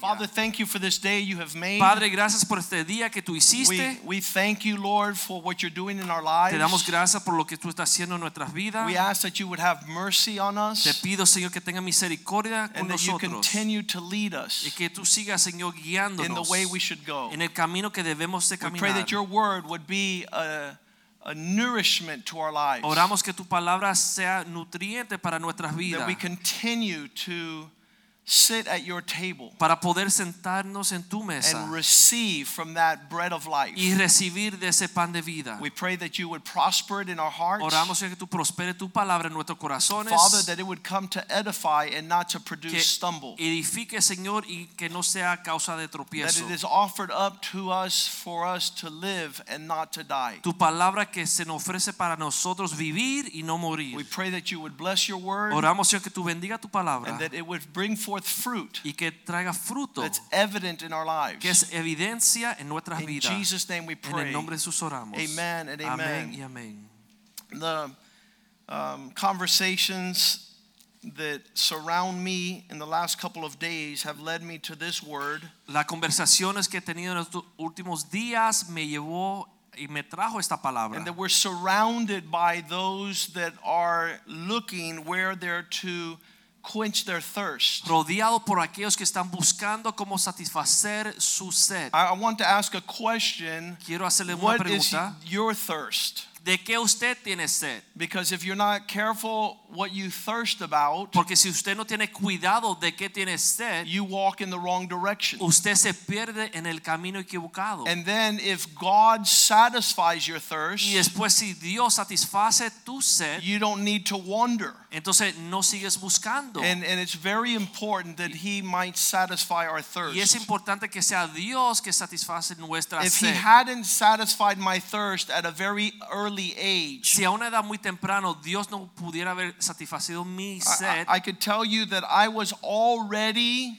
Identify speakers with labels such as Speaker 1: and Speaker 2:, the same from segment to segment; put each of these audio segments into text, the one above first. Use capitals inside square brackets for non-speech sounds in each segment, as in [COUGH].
Speaker 1: Father, thank you for this day you have made.
Speaker 2: Padre, gracias por este día que tú
Speaker 1: we,
Speaker 2: hiciste.
Speaker 1: we thank you, Lord, for what you're doing in our
Speaker 2: Te damos
Speaker 1: lives.
Speaker 2: gracias por lo que tú estás haciendo en nuestras vidas.
Speaker 1: We ask that you would have mercy on
Speaker 2: Te
Speaker 1: us
Speaker 2: pido, Señor, que tenga misericordia con
Speaker 1: and that you
Speaker 2: nosotros
Speaker 1: continue to lead
Speaker 2: y
Speaker 1: us
Speaker 2: que tú sigas, Señor,
Speaker 1: in the
Speaker 2: guiándonos
Speaker 1: way we should go.
Speaker 2: en el camino que debemos de
Speaker 1: We pray
Speaker 2: caminar.
Speaker 1: that your word would be a, a nourishment to our lives,
Speaker 2: Oramos que tu palabra sea nutriente para nuestras
Speaker 1: that
Speaker 2: vidas,
Speaker 1: we continue to sit at your table
Speaker 2: para poder sentarnos en tu mesa
Speaker 1: and receive from that bread of life.
Speaker 2: y recibir de ese pan de vida.
Speaker 1: We pray that you would prosper it in our hearts.
Speaker 2: Oramos, Señor, que tú prospere tu palabra en nuestros corazones,
Speaker 1: Father, that it would come to edify and not to produce stumble.
Speaker 2: edifique, Señor, y que no sea causa de
Speaker 1: That
Speaker 2: tropiezo.
Speaker 1: it is offered up to us for us to live and not to die.
Speaker 2: tu palabra que se nos ofrece para nosotros vivir y no
Speaker 1: We
Speaker 2: morir.
Speaker 1: pray that you would bless your word
Speaker 2: Oramos, Señor, que tú bendiga tu palabra
Speaker 1: and that it would bring forth fruit
Speaker 2: y que traiga fruto
Speaker 1: that's evident in our
Speaker 2: que
Speaker 1: lives.
Speaker 2: es evidencia en nuestras
Speaker 1: In
Speaker 2: vidas.
Speaker 1: Jesus' name we
Speaker 2: En el
Speaker 1: pray.
Speaker 2: nombre de Jesús oramos.
Speaker 1: Amen and
Speaker 2: Amén y
Speaker 1: amen.
Speaker 2: amén.
Speaker 1: The um, conversations that surround me in the last couple of days have led me to this word.
Speaker 2: Las conversaciones que he tenido en estos últimos días me llevó y me trajo esta palabra.
Speaker 1: And that we're surrounded by those that are looking where they're to quench their thirst.
Speaker 2: Rodeado por aquellos que están buscando cómo satisfacer su sed.
Speaker 1: I I want to ask a question.
Speaker 2: Quiero hacerle una
Speaker 1: Ah, What is
Speaker 2: pregunta.
Speaker 1: your thirst?
Speaker 2: ¿De qué usted tiene sed?
Speaker 1: Because if you're not careful what you thirst about,
Speaker 2: Porque si usted no tiene cuidado de qué tiene sed,
Speaker 1: you walk in the wrong direction.
Speaker 2: usted se pierde en el camino equivocado.
Speaker 1: And then if God satisfies your
Speaker 2: Y
Speaker 1: thirst,
Speaker 2: después si Dios satisface tu sed,
Speaker 1: you don't need to wander.
Speaker 2: entonces no sigues buscando.
Speaker 1: And, and it's very important that He might satisfy our
Speaker 2: Y es
Speaker 1: thirst.
Speaker 2: importante que sea Dios que satisface nuestra
Speaker 1: If He
Speaker 2: sed.
Speaker 1: hadn't satisfied my thirst at a very early age,
Speaker 2: Si a una edad muy temprano Dios no pudiera haber satisfacido mi
Speaker 1: I,
Speaker 2: sed,
Speaker 1: I- I could tell you that I was already.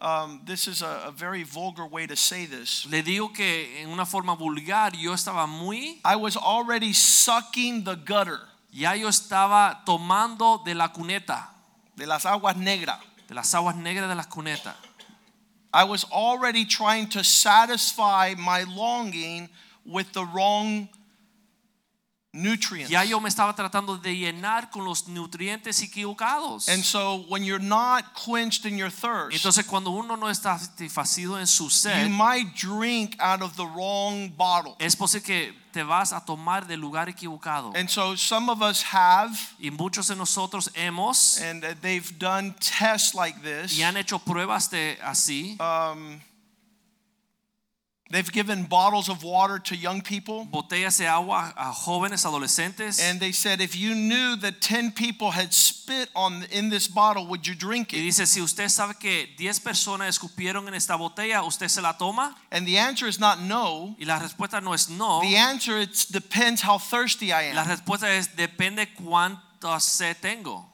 Speaker 1: Um, this is a, a very vulgar way to say this.
Speaker 2: le digo que en una forma vulgar yo estaba muy,
Speaker 1: I was already sucking the gutter
Speaker 2: ya yo estaba tomando de la cuneta,
Speaker 1: de las aguas negras.
Speaker 2: de las aguas negras de las cunetas.
Speaker 1: I was already trying to satisfy my longing with the wrong nutrients.
Speaker 2: Ya yo me estaba tratando de llenar con los nutrientes equivocados.
Speaker 1: And so when you're not quenched in your thirst,
Speaker 2: Entonces cuando uno no está satisfacido en su
Speaker 1: you
Speaker 2: sed,
Speaker 1: might drink out of the wrong bottle.
Speaker 2: es posible que te vas a tomar del lugar equivocado.
Speaker 1: And so some of us have,
Speaker 2: Y muchos de nosotros hemos
Speaker 1: and they've done tests like this.
Speaker 2: y han hecho pruebas de así,
Speaker 1: Uh, They've given bottles of water to young people.
Speaker 2: botellas de agua a jóvenes, adolescentes.
Speaker 1: And they said, if you knew that 10 people had spit on in this bottle, would you drink
Speaker 2: y
Speaker 1: it?
Speaker 2: dice, si usted sabe que 10 personas escupieron en esta botella, ¿usted se la toma?
Speaker 1: And the answer is not no.
Speaker 2: Y la respuesta no es no.
Speaker 1: The answer it depends how thirsty I
Speaker 2: La
Speaker 1: am.
Speaker 2: respuesta es depende cuánta sed tengo.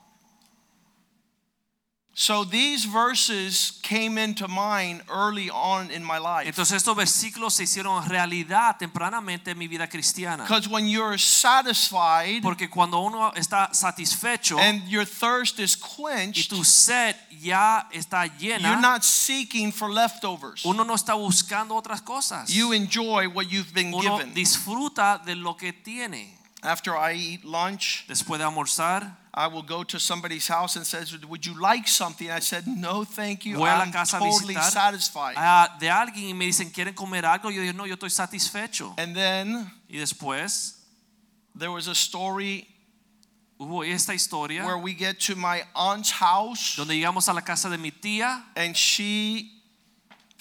Speaker 1: So these verses came into mind early on in my life.
Speaker 2: Entonces estos versículos se hicieron realidad tempranamente en mi vida cristiana.
Speaker 1: Because when you're satisfied
Speaker 2: Porque cuando uno está satisfecho
Speaker 1: and your thirst is
Speaker 2: y
Speaker 1: quenched,
Speaker 2: tu sed ya está
Speaker 1: you're
Speaker 2: llena,
Speaker 1: not seeking for leftovers.
Speaker 2: uno no está buscando otras cosas.
Speaker 1: You enjoy what you've been
Speaker 2: Uno
Speaker 1: given.
Speaker 2: disfruta de lo que tiene.
Speaker 1: After I eat lunch,
Speaker 2: Después de almorzar,
Speaker 1: I will go to somebody's house and says, "Would you like something?" I said, "No, thank you.
Speaker 2: voy a la
Speaker 1: I'm
Speaker 2: casa a
Speaker 1: totally
Speaker 2: visitar
Speaker 1: satisfied."
Speaker 2: a- ah, de alguien y me dicen, ¿quieren comer algo? Yo digo, no, yo estoy satisfecho.
Speaker 1: And then
Speaker 2: Y después
Speaker 1: there was a story
Speaker 2: hubo esta historia
Speaker 1: where we get to my aunt's house
Speaker 2: donde llegamos a la casa de mi tía
Speaker 1: and she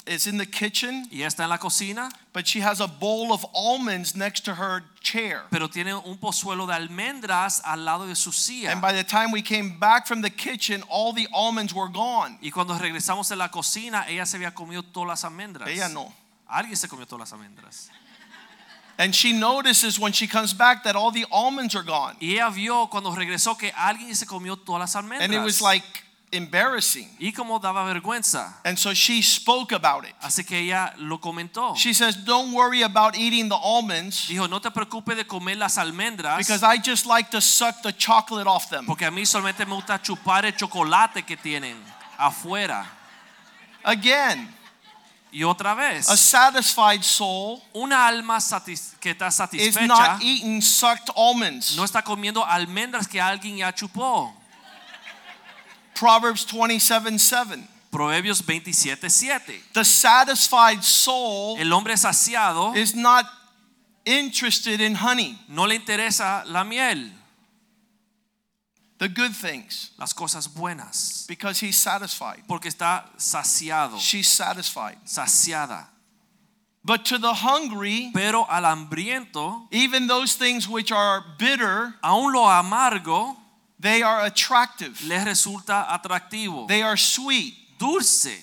Speaker 1: is in the kitchen,
Speaker 2: y ella está en la cocina,
Speaker 1: but she has a bowl of almonds next to her chair.
Speaker 2: pero tiene un pozuelo de almendras al lado de su silla.
Speaker 1: And by the time we came back from the kitchen, all the almonds were gone.
Speaker 2: Y cuando regresamos de la cocina, ella se había comido todas las almendras.
Speaker 1: Ella no.
Speaker 2: Alguien se comió todas las almendras.
Speaker 1: And she notices when she comes back that all the almonds are gone.
Speaker 2: Y ella vio cuando regresó que alguien se comió todas las almendras.
Speaker 1: And it was like embarrassing.
Speaker 2: y como daba vergüenza.
Speaker 1: And so she spoke about it.
Speaker 2: Así que ella lo comentó.
Speaker 1: She says, Don't worry about eating the almonds
Speaker 2: Dijo, no te preocupes de comer las almendras.
Speaker 1: because I just like to suck the chocolate off them.
Speaker 2: porque a mí solamente me gusta chupar el chocolate que tienen afuera.
Speaker 1: Again,
Speaker 2: Y otra vez,
Speaker 1: a satisfied soul
Speaker 2: una alma satis- que está
Speaker 1: is
Speaker 2: satisfecha
Speaker 1: not eating sucked almonds.
Speaker 2: no está comiendo almendras que alguien ya chupó.
Speaker 1: Proverbs 27 7.
Speaker 2: Proverbios 27:7.
Speaker 1: The satisfied soul
Speaker 2: El hombre saciado
Speaker 1: is not interested in honey,
Speaker 2: no le interesa la miel,
Speaker 1: the good things,
Speaker 2: las cosas buenas,
Speaker 1: because he's satisfied.
Speaker 2: porque está saciado,
Speaker 1: She's satisfied.
Speaker 2: saciada.
Speaker 1: But to the hungry,
Speaker 2: Pero al hambriento,
Speaker 1: even those things which are bitter,
Speaker 2: aún lo amargo
Speaker 1: they are attractive.
Speaker 2: les resulta atractivo,
Speaker 1: They are sweet.
Speaker 2: dulce.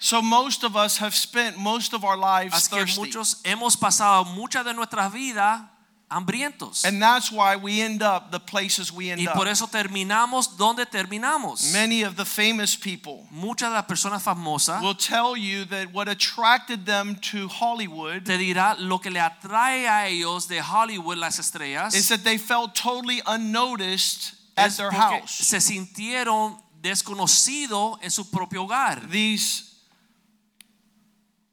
Speaker 1: So most of us have spent most of our lives
Speaker 2: Así que
Speaker 1: thirsty.
Speaker 2: muchos hemos pasado mucha de nuestras vidas hambrientos.
Speaker 1: And that's why we end up the places we end
Speaker 2: Y por
Speaker 1: up.
Speaker 2: eso terminamos donde terminamos.
Speaker 1: Many of the famous people
Speaker 2: Muchas de las personas famosas
Speaker 1: will tell you that what attracted them to Hollywood
Speaker 2: te dirá lo que le atrae a ellos de Hollywood las estrellas
Speaker 1: is that they felt totally unnoticed at
Speaker 2: es
Speaker 1: their
Speaker 2: porque
Speaker 1: house.
Speaker 2: se sintieron desconocidos en su propio hogar
Speaker 1: These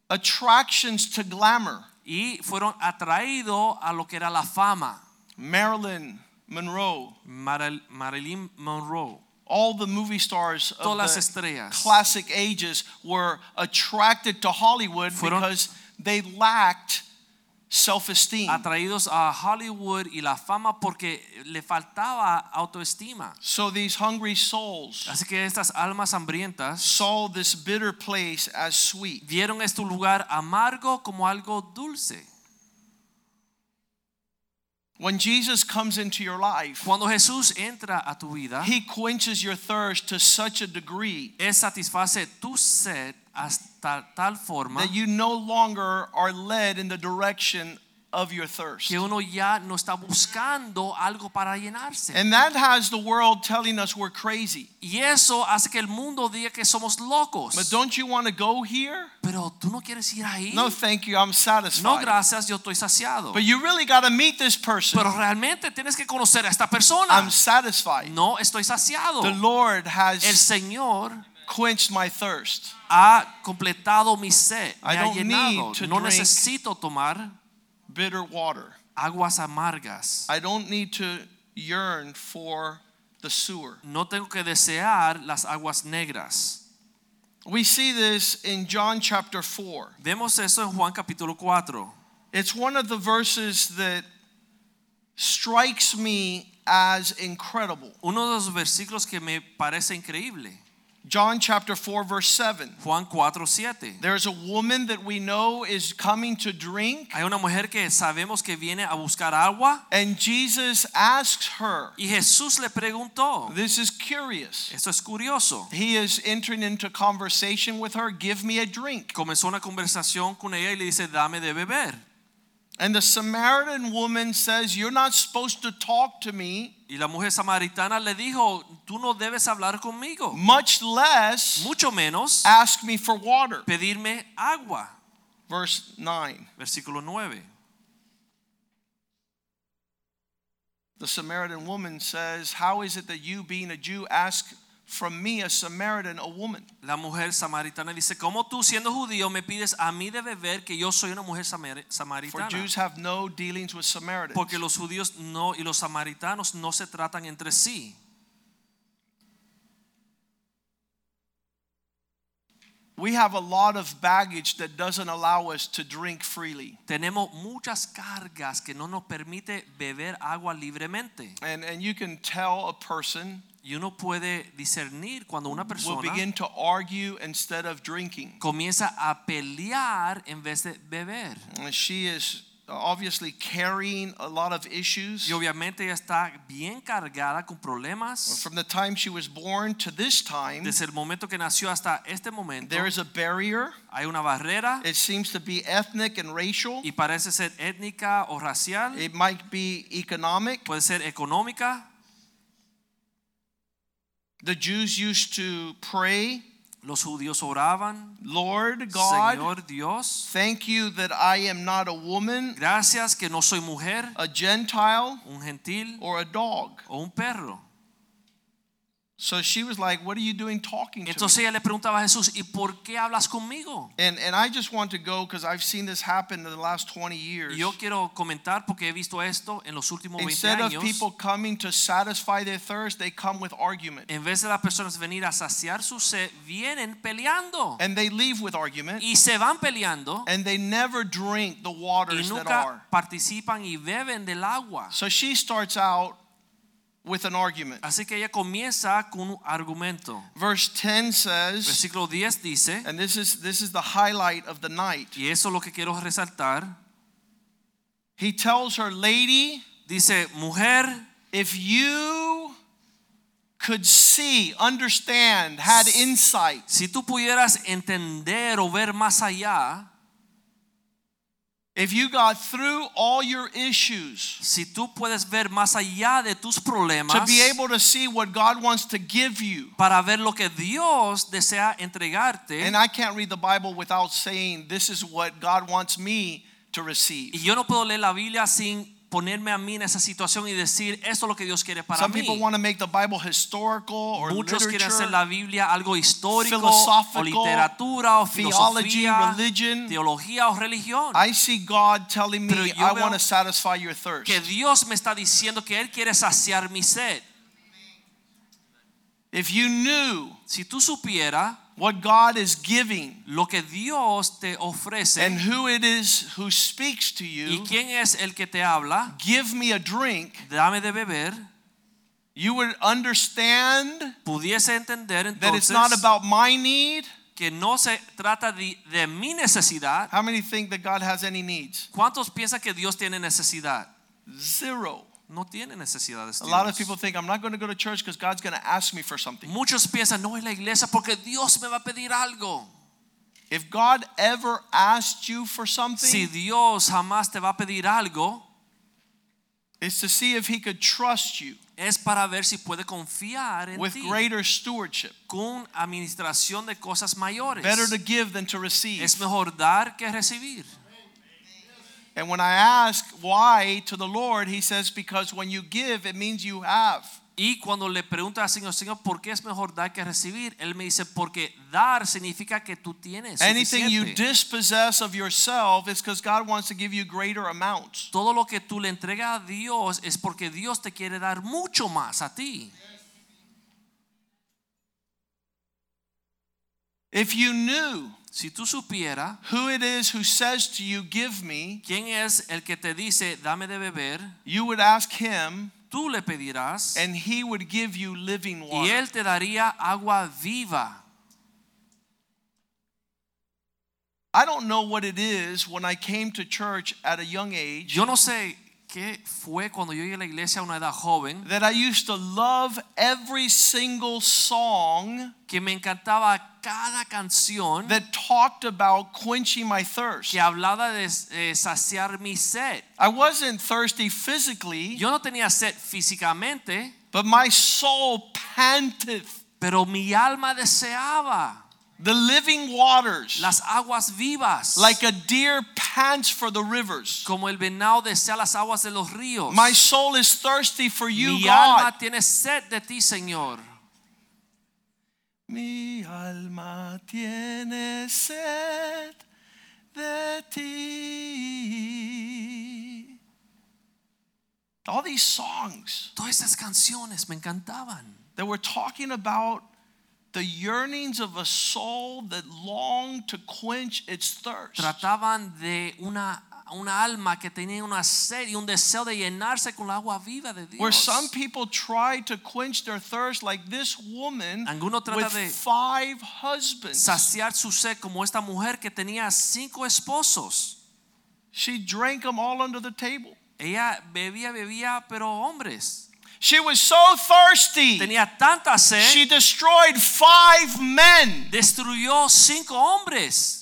Speaker 1: attractions to glamour.
Speaker 2: y fueron atraídos a lo que era la fama.
Speaker 1: Marilyn Monroe,
Speaker 2: Maril- Marilyn Monroe,
Speaker 1: all the movie stars of
Speaker 2: todas las
Speaker 1: the
Speaker 2: estrellas
Speaker 1: classic ages were attracted to Hollywood
Speaker 2: Fueron-
Speaker 1: because they lacked self-esteem.
Speaker 2: atraídos a Hollywood y la fama porque le faltaba autoestima.
Speaker 1: So these hungry souls
Speaker 2: Así que estas almas hambrientas
Speaker 1: saw this bitter place as sweet.
Speaker 2: vieron este lugar amargo como algo dulce.
Speaker 1: When Jesus comes into your life,
Speaker 2: Cuando Jesús entra a tu vida,
Speaker 1: he quenches your thirst to such a degree
Speaker 2: Él satisface tu sed hasta tal forma
Speaker 1: that you no longer are led in the direction of your thirst.
Speaker 2: que uno ya no está buscando algo para llenarse.
Speaker 1: And that has the world telling us we're crazy.
Speaker 2: Y eso hace que el mundo diga que somos locos.
Speaker 1: But don't you want to go here?
Speaker 2: Pero tú no quieres ir ahí.
Speaker 1: No, thank you. I'm
Speaker 2: No,
Speaker 1: satisfied.
Speaker 2: gracias, yo estoy saciado.
Speaker 1: But you really got to meet this person.
Speaker 2: Pero realmente tienes que conocer a esta persona.
Speaker 1: I'm satisfied.
Speaker 2: No estoy saciado.
Speaker 1: The Lord
Speaker 2: El
Speaker 1: has
Speaker 2: Señor
Speaker 1: quenched my thirst.
Speaker 2: ha completado mi sed, me
Speaker 1: I
Speaker 2: ha
Speaker 1: don't
Speaker 2: llenado.
Speaker 1: need to
Speaker 2: No
Speaker 1: drink.
Speaker 2: necesito tomar
Speaker 1: Bitter water.
Speaker 2: aguas amargas.
Speaker 1: I don't need to yearn for the sewer.
Speaker 2: No tengo que desear las aguas negras.
Speaker 1: We see this in John chapter 4.
Speaker 2: Vemos eso en Juan capítulo 4.
Speaker 1: It's one of the verses that strikes me as incredible.
Speaker 2: Uno de los versículos que me parece increíble.
Speaker 1: John chapter 4, verse 7.
Speaker 2: Juan 4, 7.
Speaker 1: There's a woman that we know is coming to drink,
Speaker 2: Hay una mujer que sabemos que viene a buscar agua
Speaker 1: and Jesus asks her,
Speaker 2: y Jesús le preguntó.
Speaker 1: This is curious.
Speaker 2: Esto es curioso.
Speaker 1: He is entering into conversation with her, Give me a drink.
Speaker 2: Comenzó una conversación con ella y le dice, dame de beber.
Speaker 1: And the Samaritan woman says, You're not supposed to talk to me,
Speaker 2: Y la mujer samaritana le dijo, tú no debes hablar conmigo,
Speaker 1: much less
Speaker 2: mucho menos
Speaker 1: ask me for water.
Speaker 2: pedirme agua.
Speaker 1: Verse 9.
Speaker 2: Versículo 9.
Speaker 1: The Samaritan woman says, How is it that you, being a Jew, ask from me, a Samaritan, a woman?
Speaker 2: La mujer samaritana dice, ¿cómo tú siendo judío me pides a mí de beber que yo soy una mujer samar-
Speaker 1: For
Speaker 2: samaritana?
Speaker 1: Jews have no dealings with Samaritans.
Speaker 2: Porque los judíos no y los samaritanos no se tratan entre sí.
Speaker 1: We have a lot of baggage that doesn't allow us to drink freely.
Speaker 2: Tenemos muchas cargas que no nos permite beber agua libremente.
Speaker 1: And, and you can tell a person
Speaker 2: Y uno puede discernir cuando una
Speaker 1: will
Speaker 2: persona
Speaker 1: begin to argue instead of drinking.
Speaker 2: comienza a pelear en vez de beber.
Speaker 1: And she is obviously carrying a lot of issues.
Speaker 2: Y obviamente ella está bien cargada con problemas.
Speaker 1: From the time she was born to this time,
Speaker 2: Desde el momento que nació hasta este momento
Speaker 1: there is a barrier.
Speaker 2: hay una barrera
Speaker 1: It seems to be ethnic and racial.
Speaker 2: y parece ser étnica o racial,
Speaker 1: It might be economic.
Speaker 2: puede ser económica.
Speaker 1: The Jews used to pray,
Speaker 2: Los judíos oraban,
Speaker 1: Lord God,
Speaker 2: Señor Dios,
Speaker 1: thank you that I am not a woman,
Speaker 2: gracias que no soy mujer,
Speaker 1: a Gentile,
Speaker 2: un gentil
Speaker 1: or a dog.
Speaker 2: o un perro.
Speaker 1: So she was like, What are you doing talking to
Speaker 2: Entonces
Speaker 1: me?
Speaker 2: ella le preguntaba a Jesús, ¿y por qué hablas conmigo?
Speaker 1: And, and I just want to go because I've seen this happen in the last 20 years.
Speaker 2: Y yo quiero comentar porque he visto esto en los últimos 20
Speaker 1: Instead of
Speaker 2: años.
Speaker 1: people coming to satisfy their thirst, they come with argument.
Speaker 2: En vez de las personas venir a saciar su sed, vienen peleando
Speaker 1: And they leave with argument.
Speaker 2: y se van peleando
Speaker 1: And they never drink the
Speaker 2: y
Speaker 1: waters that are.
Speaker 2: nunca participan y beben del agua.
Speaker 1: So she starts out with an argument.
Speaker 2: Así que ella comienza con un argumento.
Speaker 1: Verse 10 says,
Speaker 2: Versículo 10 dice,
Speaker 1: and this is this is the highlight of the night.
Speaker 2: y eso es lo que quiero resaltar,
Speaker 1: He tells her, "Lady,
Speaker 2: dice, mujer,
Speaker 1: if you could see, understand, had insight,
Speaker 2: si tú pudieras entender o ver más allá,
Speaker 1: if you got through all your issues
Speaker 2: si tú puedes ver más allá de tus
Speaker 1: to
Speaker 2: problemas,
Speaker 1: be able to see what God wants to give you."
Speaker 2: para ver lo que Dios desea entregarte.
Speaker 1: And I can't read the Bible without saying this is what God wants me to
Speaker 2: y
Speaker 1: receive.
Speaker 2: yo no puedo leer la Biblia sin ponerme a mí en esa situación y decir, esto es lo que Dios quiere para
Speaker 1: Some
Speaker 2: mí.
Speaker 1: people want to make the Bible historical or
Speaker 2: Muchos quieren hacer
Speaker 1: literature.
Speaker 2: la Biblia algo histórico, o
Speaker 1: philosophical,
Speaker 2: literatura, o
Speaker 1: theology,
Speaker 2: filosofía,
Speaker 1: religion.
Speaker 2: teología o religión.
Speaker 1: I see God telling
Speaker 2: Pero
Speaker 1: me
Speaker 2: yo
Speaker 1: I
Speaker 2: veo
Speaker 1: want to satisfy your thirst.
Speaker 2: que Dios me está diciendo que Él quiere saciar mi sed.
Speaker 1: If you knew
Speaker 2: Si tú supieras
Speaker 1: what God is giving
Speaker 2: lo que Dios te ofrece
Speaker 1: and who it is who speaks to
Speaker 2: y
Speaker 1: you,
Speaker 2: quién es el que te habla,
Speaker 1: give me a drink,
Speaker 2: dame de beber,
Speaker 1: you would understand
Speaker 2: pudiese entender
Speaker 1: that it's
Speaker 2: entonces
Speaker 1: not about my need.
Speaker 2: que no se trata de, de mi necesidad.
Speaker 1: How many think that God has any needs?
Speaker 2: ¿Cuántos piensan que Dios tiene necesidad?
Speaker 1: Zero.
Speaker 2: No tiene necesidades.
Speaker 1: A lot of
Speaker 2: Dios.
Speaker 1: people think I'm not going to go to church because God's going to ask me for something.
Speaker 2: Muchos piensan, no es la iglesia porque Dios me va a pedir algo.
Speaker 1: If God ever asked you for
Speaker 2: Si
Speaker 1: something,
Speaker 2: Dios jamás te va a pedir algo,
Speaker 1: it's to see if He could trust you
Speaker 2: es para ver si puede confiar en
Speaker 1: with
Speaker 2: ti
Speaker 1: greater stewardship.
Speaker 2: con administración de cosas mayores.
Speaker 1: Better to give than to receive.
Speaker 2: es mejor dar que recibir.
Speaker 1: And when I ask why to the Lord, He says, Because when you give, it means you have.
Speaker 2: Y cuando le preguntas al Señor, Señor, ¿por qué es mejor dar que recibir? Él me dice, porque dar significa que tú tienes.
Speaker 1: Anything you
Speaker 2: suficiente.
Speaker 1: dispossess of yourself is because God wants to give you greater amounts.
Speaker 2: Todo lo que tú le entregas a Dios es porque Dios te quiere dar mucho más a ti.
Speaker 1: If you knew
Speaker 2: Si tú supieras
Speaker 1: who it is who says to you, Give me,
Speaker 2: quién es el que te dice, dame de beber,
Speaker 1: you would ask Him,
Speaker 2: tú le pedirás
Speaker 1: and He would give you living
Speaker 2: y
Speaker 1: water.
Speaker 2: Él te daría agua viva.
Speaker 1: I don't know what it is when I came to church at a young age
Speaker 2: Yo no sé qué fue cuando yo llegué a la iglesia a una edad joven,
Speaker 1: that I used to love every single song
Speaker 2: que me encantaba cada canción
Speaker 1: that talked about quenching my thirst.
Speaker 2: que hablaba de eh, saciar mi sed.
Speaker 1: I wasn't thirsty physically,
Speaker 2: Yo no tenía sed físicamente,
Speaker 1: but my soul panteth
Speaker 2: pero mi alma deseaba
Speaker 1: the living waters
Speaker 2: las aguas vivas,
Speaker 1: like a deer pants for the rivers.
Speaker 2: como el venado desea las aguas de los ríos.
Speaker 1: My soul is thirsty for you,
Speaker 2: mi
Speaker 1: God.
Speaker 2: alma tiene sed de ti, Señor.
Speaker 1: Mi alma tiene sed de ti. All these songs
Speaker 2: Todas esas canciones me encantaban.
Speaker 1: that were talking about the yearnings of a soul that longed to quench its thirst.
Speaker 2: Trataban de una, una alma que tenía una sed y un deseo de llenarse con la agua viva de Dios.
Speaker 1: Where some people try to quench their thirst, like this woman
Speaker 2: Alguno trata
Speaker 1: with
Speaker 2: de
Speaker 1: five husbands.
Speaker 2: Saciar su sed como esta mujer que tenía cinco esposos.
Speaker 1: She drank them all under the table.
Speaker 2: Ella bebía, bebía, pero hombres.
Speaker 1: She was so thirsty.
Speaker 2: Tenía tanta sed,
Speaker 1: She destroyed five men
Speaker 2: destruyó cinco hombres.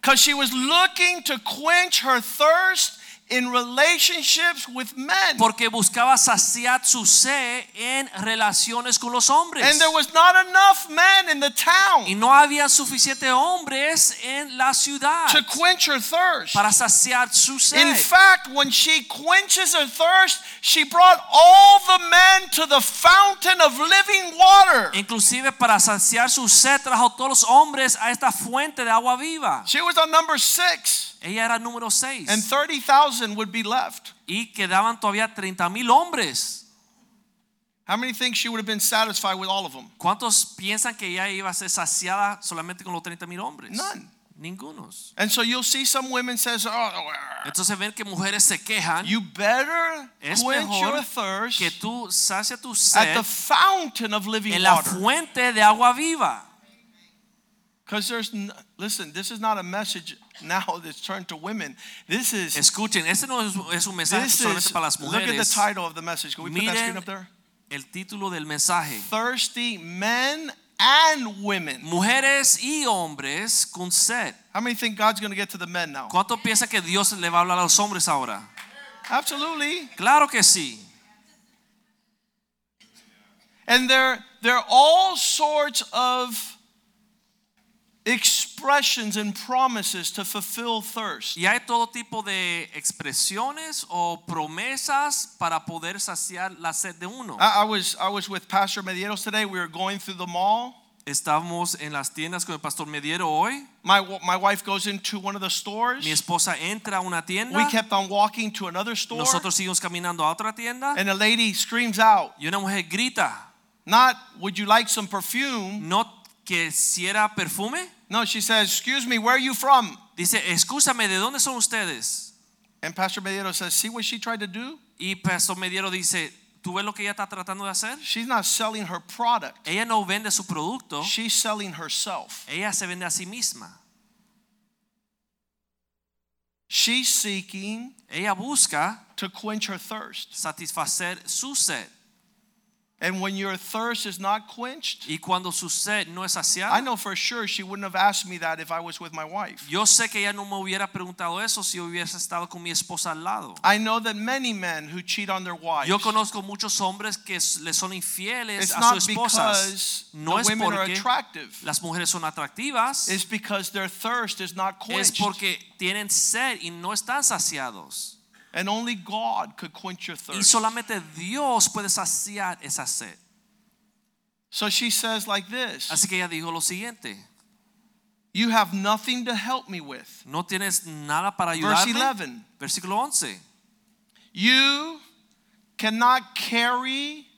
Speaker 1: because she was looking to quench her thirst in relationships with men.
Speaker 2: Porque buscaba saciar su sed en relaciones con los hombres.
Speaker 1: And there was not enough men in the
Speaker 2: y
Speaker 1: town
Speaker 2: no había suficientes hombres en la ciudad
Speaker 1: to quench her thirst.
Speaker 2: para saciar su sed.
Speaker 1: In fact, when she quenches her thirst, she brought all the men to the fountain of living water.
Speaker 2: Inclusive para saciar su sed trajo todos los hombres a esta fuente de agua viva.
Speaker 1: She was on number six,
Speaker 2: Ella era número 6
Speaker 1: and 30,000 would be left.
Speaker 2: y quedaban todavía 30 mil hombres.
Speaker 1: How many think she would have been satisfied with all of them?
Speaker 2: ¿Cuántos piensan que ella iba a ser saciada solamente con los 30 mil hombres?
Speaker 1: None.
Speaker 2: Ningunos.
Speaker 1: And so you'll see some women says, "Oh,
Speaker 2: Entonces ven que mujeres se quejan.
Speaker 1: you better
Speaker 2: es
Speaker 1: quench your
Speaker 2: mejor
Speaker 1: thirst
Speaker 2: que tú sacia tu
Speaker 1: at
Speaker 2: sed
Speaker 1: the fountain of living
Speaker 2: en la
Speaker 1: water."
Speaker 2: fuente de agua viva.
Speaker 1: Because there's, n- listen, this is not a message now [LAUGHS] that's turned to women. This is,
Speaker 2: Escuchen, este no es, es un mensaje
Speaker 1: this
Speaker 2: solamente
Speaker 1: is,
Speaker 2: para las
Speaker 1: look at the
Speaker 2: mujeres.
Speaker 1: title of the message. Can we put that
Speaker 2: Miren-
Speaker 1: screen up there?
Speaker 2: El título del mensaje.
Speaker 1: Thirsty men and women.
Speaker 2: Mujeres y hombres con sed.
Speaker 1: How many think God's going to get to the men now?
Speaker 2: ¿Cuánto piensa que Dios le va a hablar a los hombres ahora?
Speaker 1: Absolutely.
Speaker 2: Claro que sí.
Speaker 1: And there, there are all sorts of expressions and promises to fulfill thirst.
Speaker 2: Y hay todo tipo de expresiones o promesas para poder saciar la sed de uno.
Speaker 1: I, I was I was with Pastor Medeiros today. We were going through the mall.
Speaker 2: Estamos en las tiendas con el pastor Mediero hoy.
Speaker 1: My w- my wife goes into one of the stores.
Speaker 2: Mi esposa entra a una
Speaker 1: We
Speaker 2: tienda.
Speaker 1: kept on walking to another store,
Speaker 2: Nosotros seguimos caminando a otra tienda.
Speaker 1: and a lady screams out,
Speaker 2: Y una mujer grita,
Speaker 1: "Not would you like some perfume?"
Speaker 2: ¿no quisiera perfume?
Speaker 1: No, she says, "Excuse me, where are you from?"
Speaker 2: Dice, escúchame, ¿de dónde son ustedes?
Speaker 1: And Pastor Medeiros says, "See what she tried to do?
Speaker 2: Y Pastor Mediero dice, ¿tú ves lo que ella está tratando de hacer?
Speaker 1: She's not selling her product.
Speaker 2: Ella no vende su producto,
Speaker 1: She's selling herself.
Speaker 2: ella se vende a sí misma.
Speaker 1: She's seeking
Speaker 2: Ella busca
Speaker 1: to quench her thirst.
Speaker 2: satisfacer su sed.
Speaker 1: And when your thirst is not quenched,
Speaker 2: Y cuando su sed no es
Speaker 1: I
Speaker 2: saciada,
Speaker 1: know for sure she wouldn't have asked me that if I was with my wife."
Speaker 2: yo sé que ella no me hubiera preguntado eso si yo hubiese estado con mi esposa al lado.
Speaker 1: I know that many men who cheat on their wives.
Speaker 2: Yo conozco muchos hombres que s- le son infieles
Speaker 1: Ah, it's
Speaker 2: a
Speaker 1: not
Speaker 2: sus
Speaker 1: because
Speaker 2: esposas. No
Speaker 1: the
Speaker 2: es
Speaker 1: women are
Speaker 2: porque
Speaker 1: attractive.
Speaker 2: las mujeres son atractivas,
Speaker 1: It's because their thirst is not
Speaker 2: es
Speaker 1: quenched.
Speaker 2: porque tienen sed y no están saciados.
Speaker 1: and only God could quench your
Speaker 2: Y
Speaker 1: thirst.
Speaker 2: solamente Dios puede saciar esa sed.
Speaker 1: So she says like this,
Speaker 2: Así que ella dijo lo siguiente,
Speaker 1: you have nothing to help me with.
Speaker 2: no tienes nada para
Speaker 1: Verse
Speaker 2: ayudarme.
Speaker 1: 11.
Speaker 2: Versículo 11.
Speaker 1: You cannot carry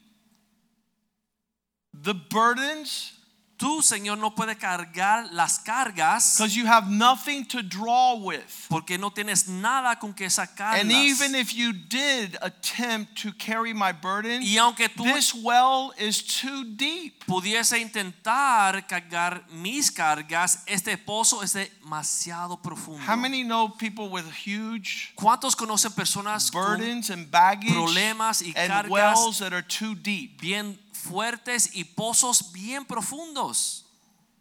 Speaker 1: the burdens
Speaker 2: Tú, Señor, no puedes cargar las cargas
Speaker 1: because you have nothing to draw with.
Speaker 2: porque no tienes nada con que sacarlas.
Speaker 1: And even if you did attempt to carry my burden,
Speaker 2: y aunque tú
Speaker 1: this well is too deep.
Speaker 2: pudiese intentar cargar mis cargas, este pozo es demasiado profundo.
Speaker 1: How many know people with huge
Speaker 2: ¿Cuántos conocen personas con
Speaker 1: burdens and baggage
Speaker 2: problemas y
Speaker 1: and
Speaker 2: cargas.
Speaker 1: wells that are too deep?
Speaker 2: bien fuertes y pozos bien profundos?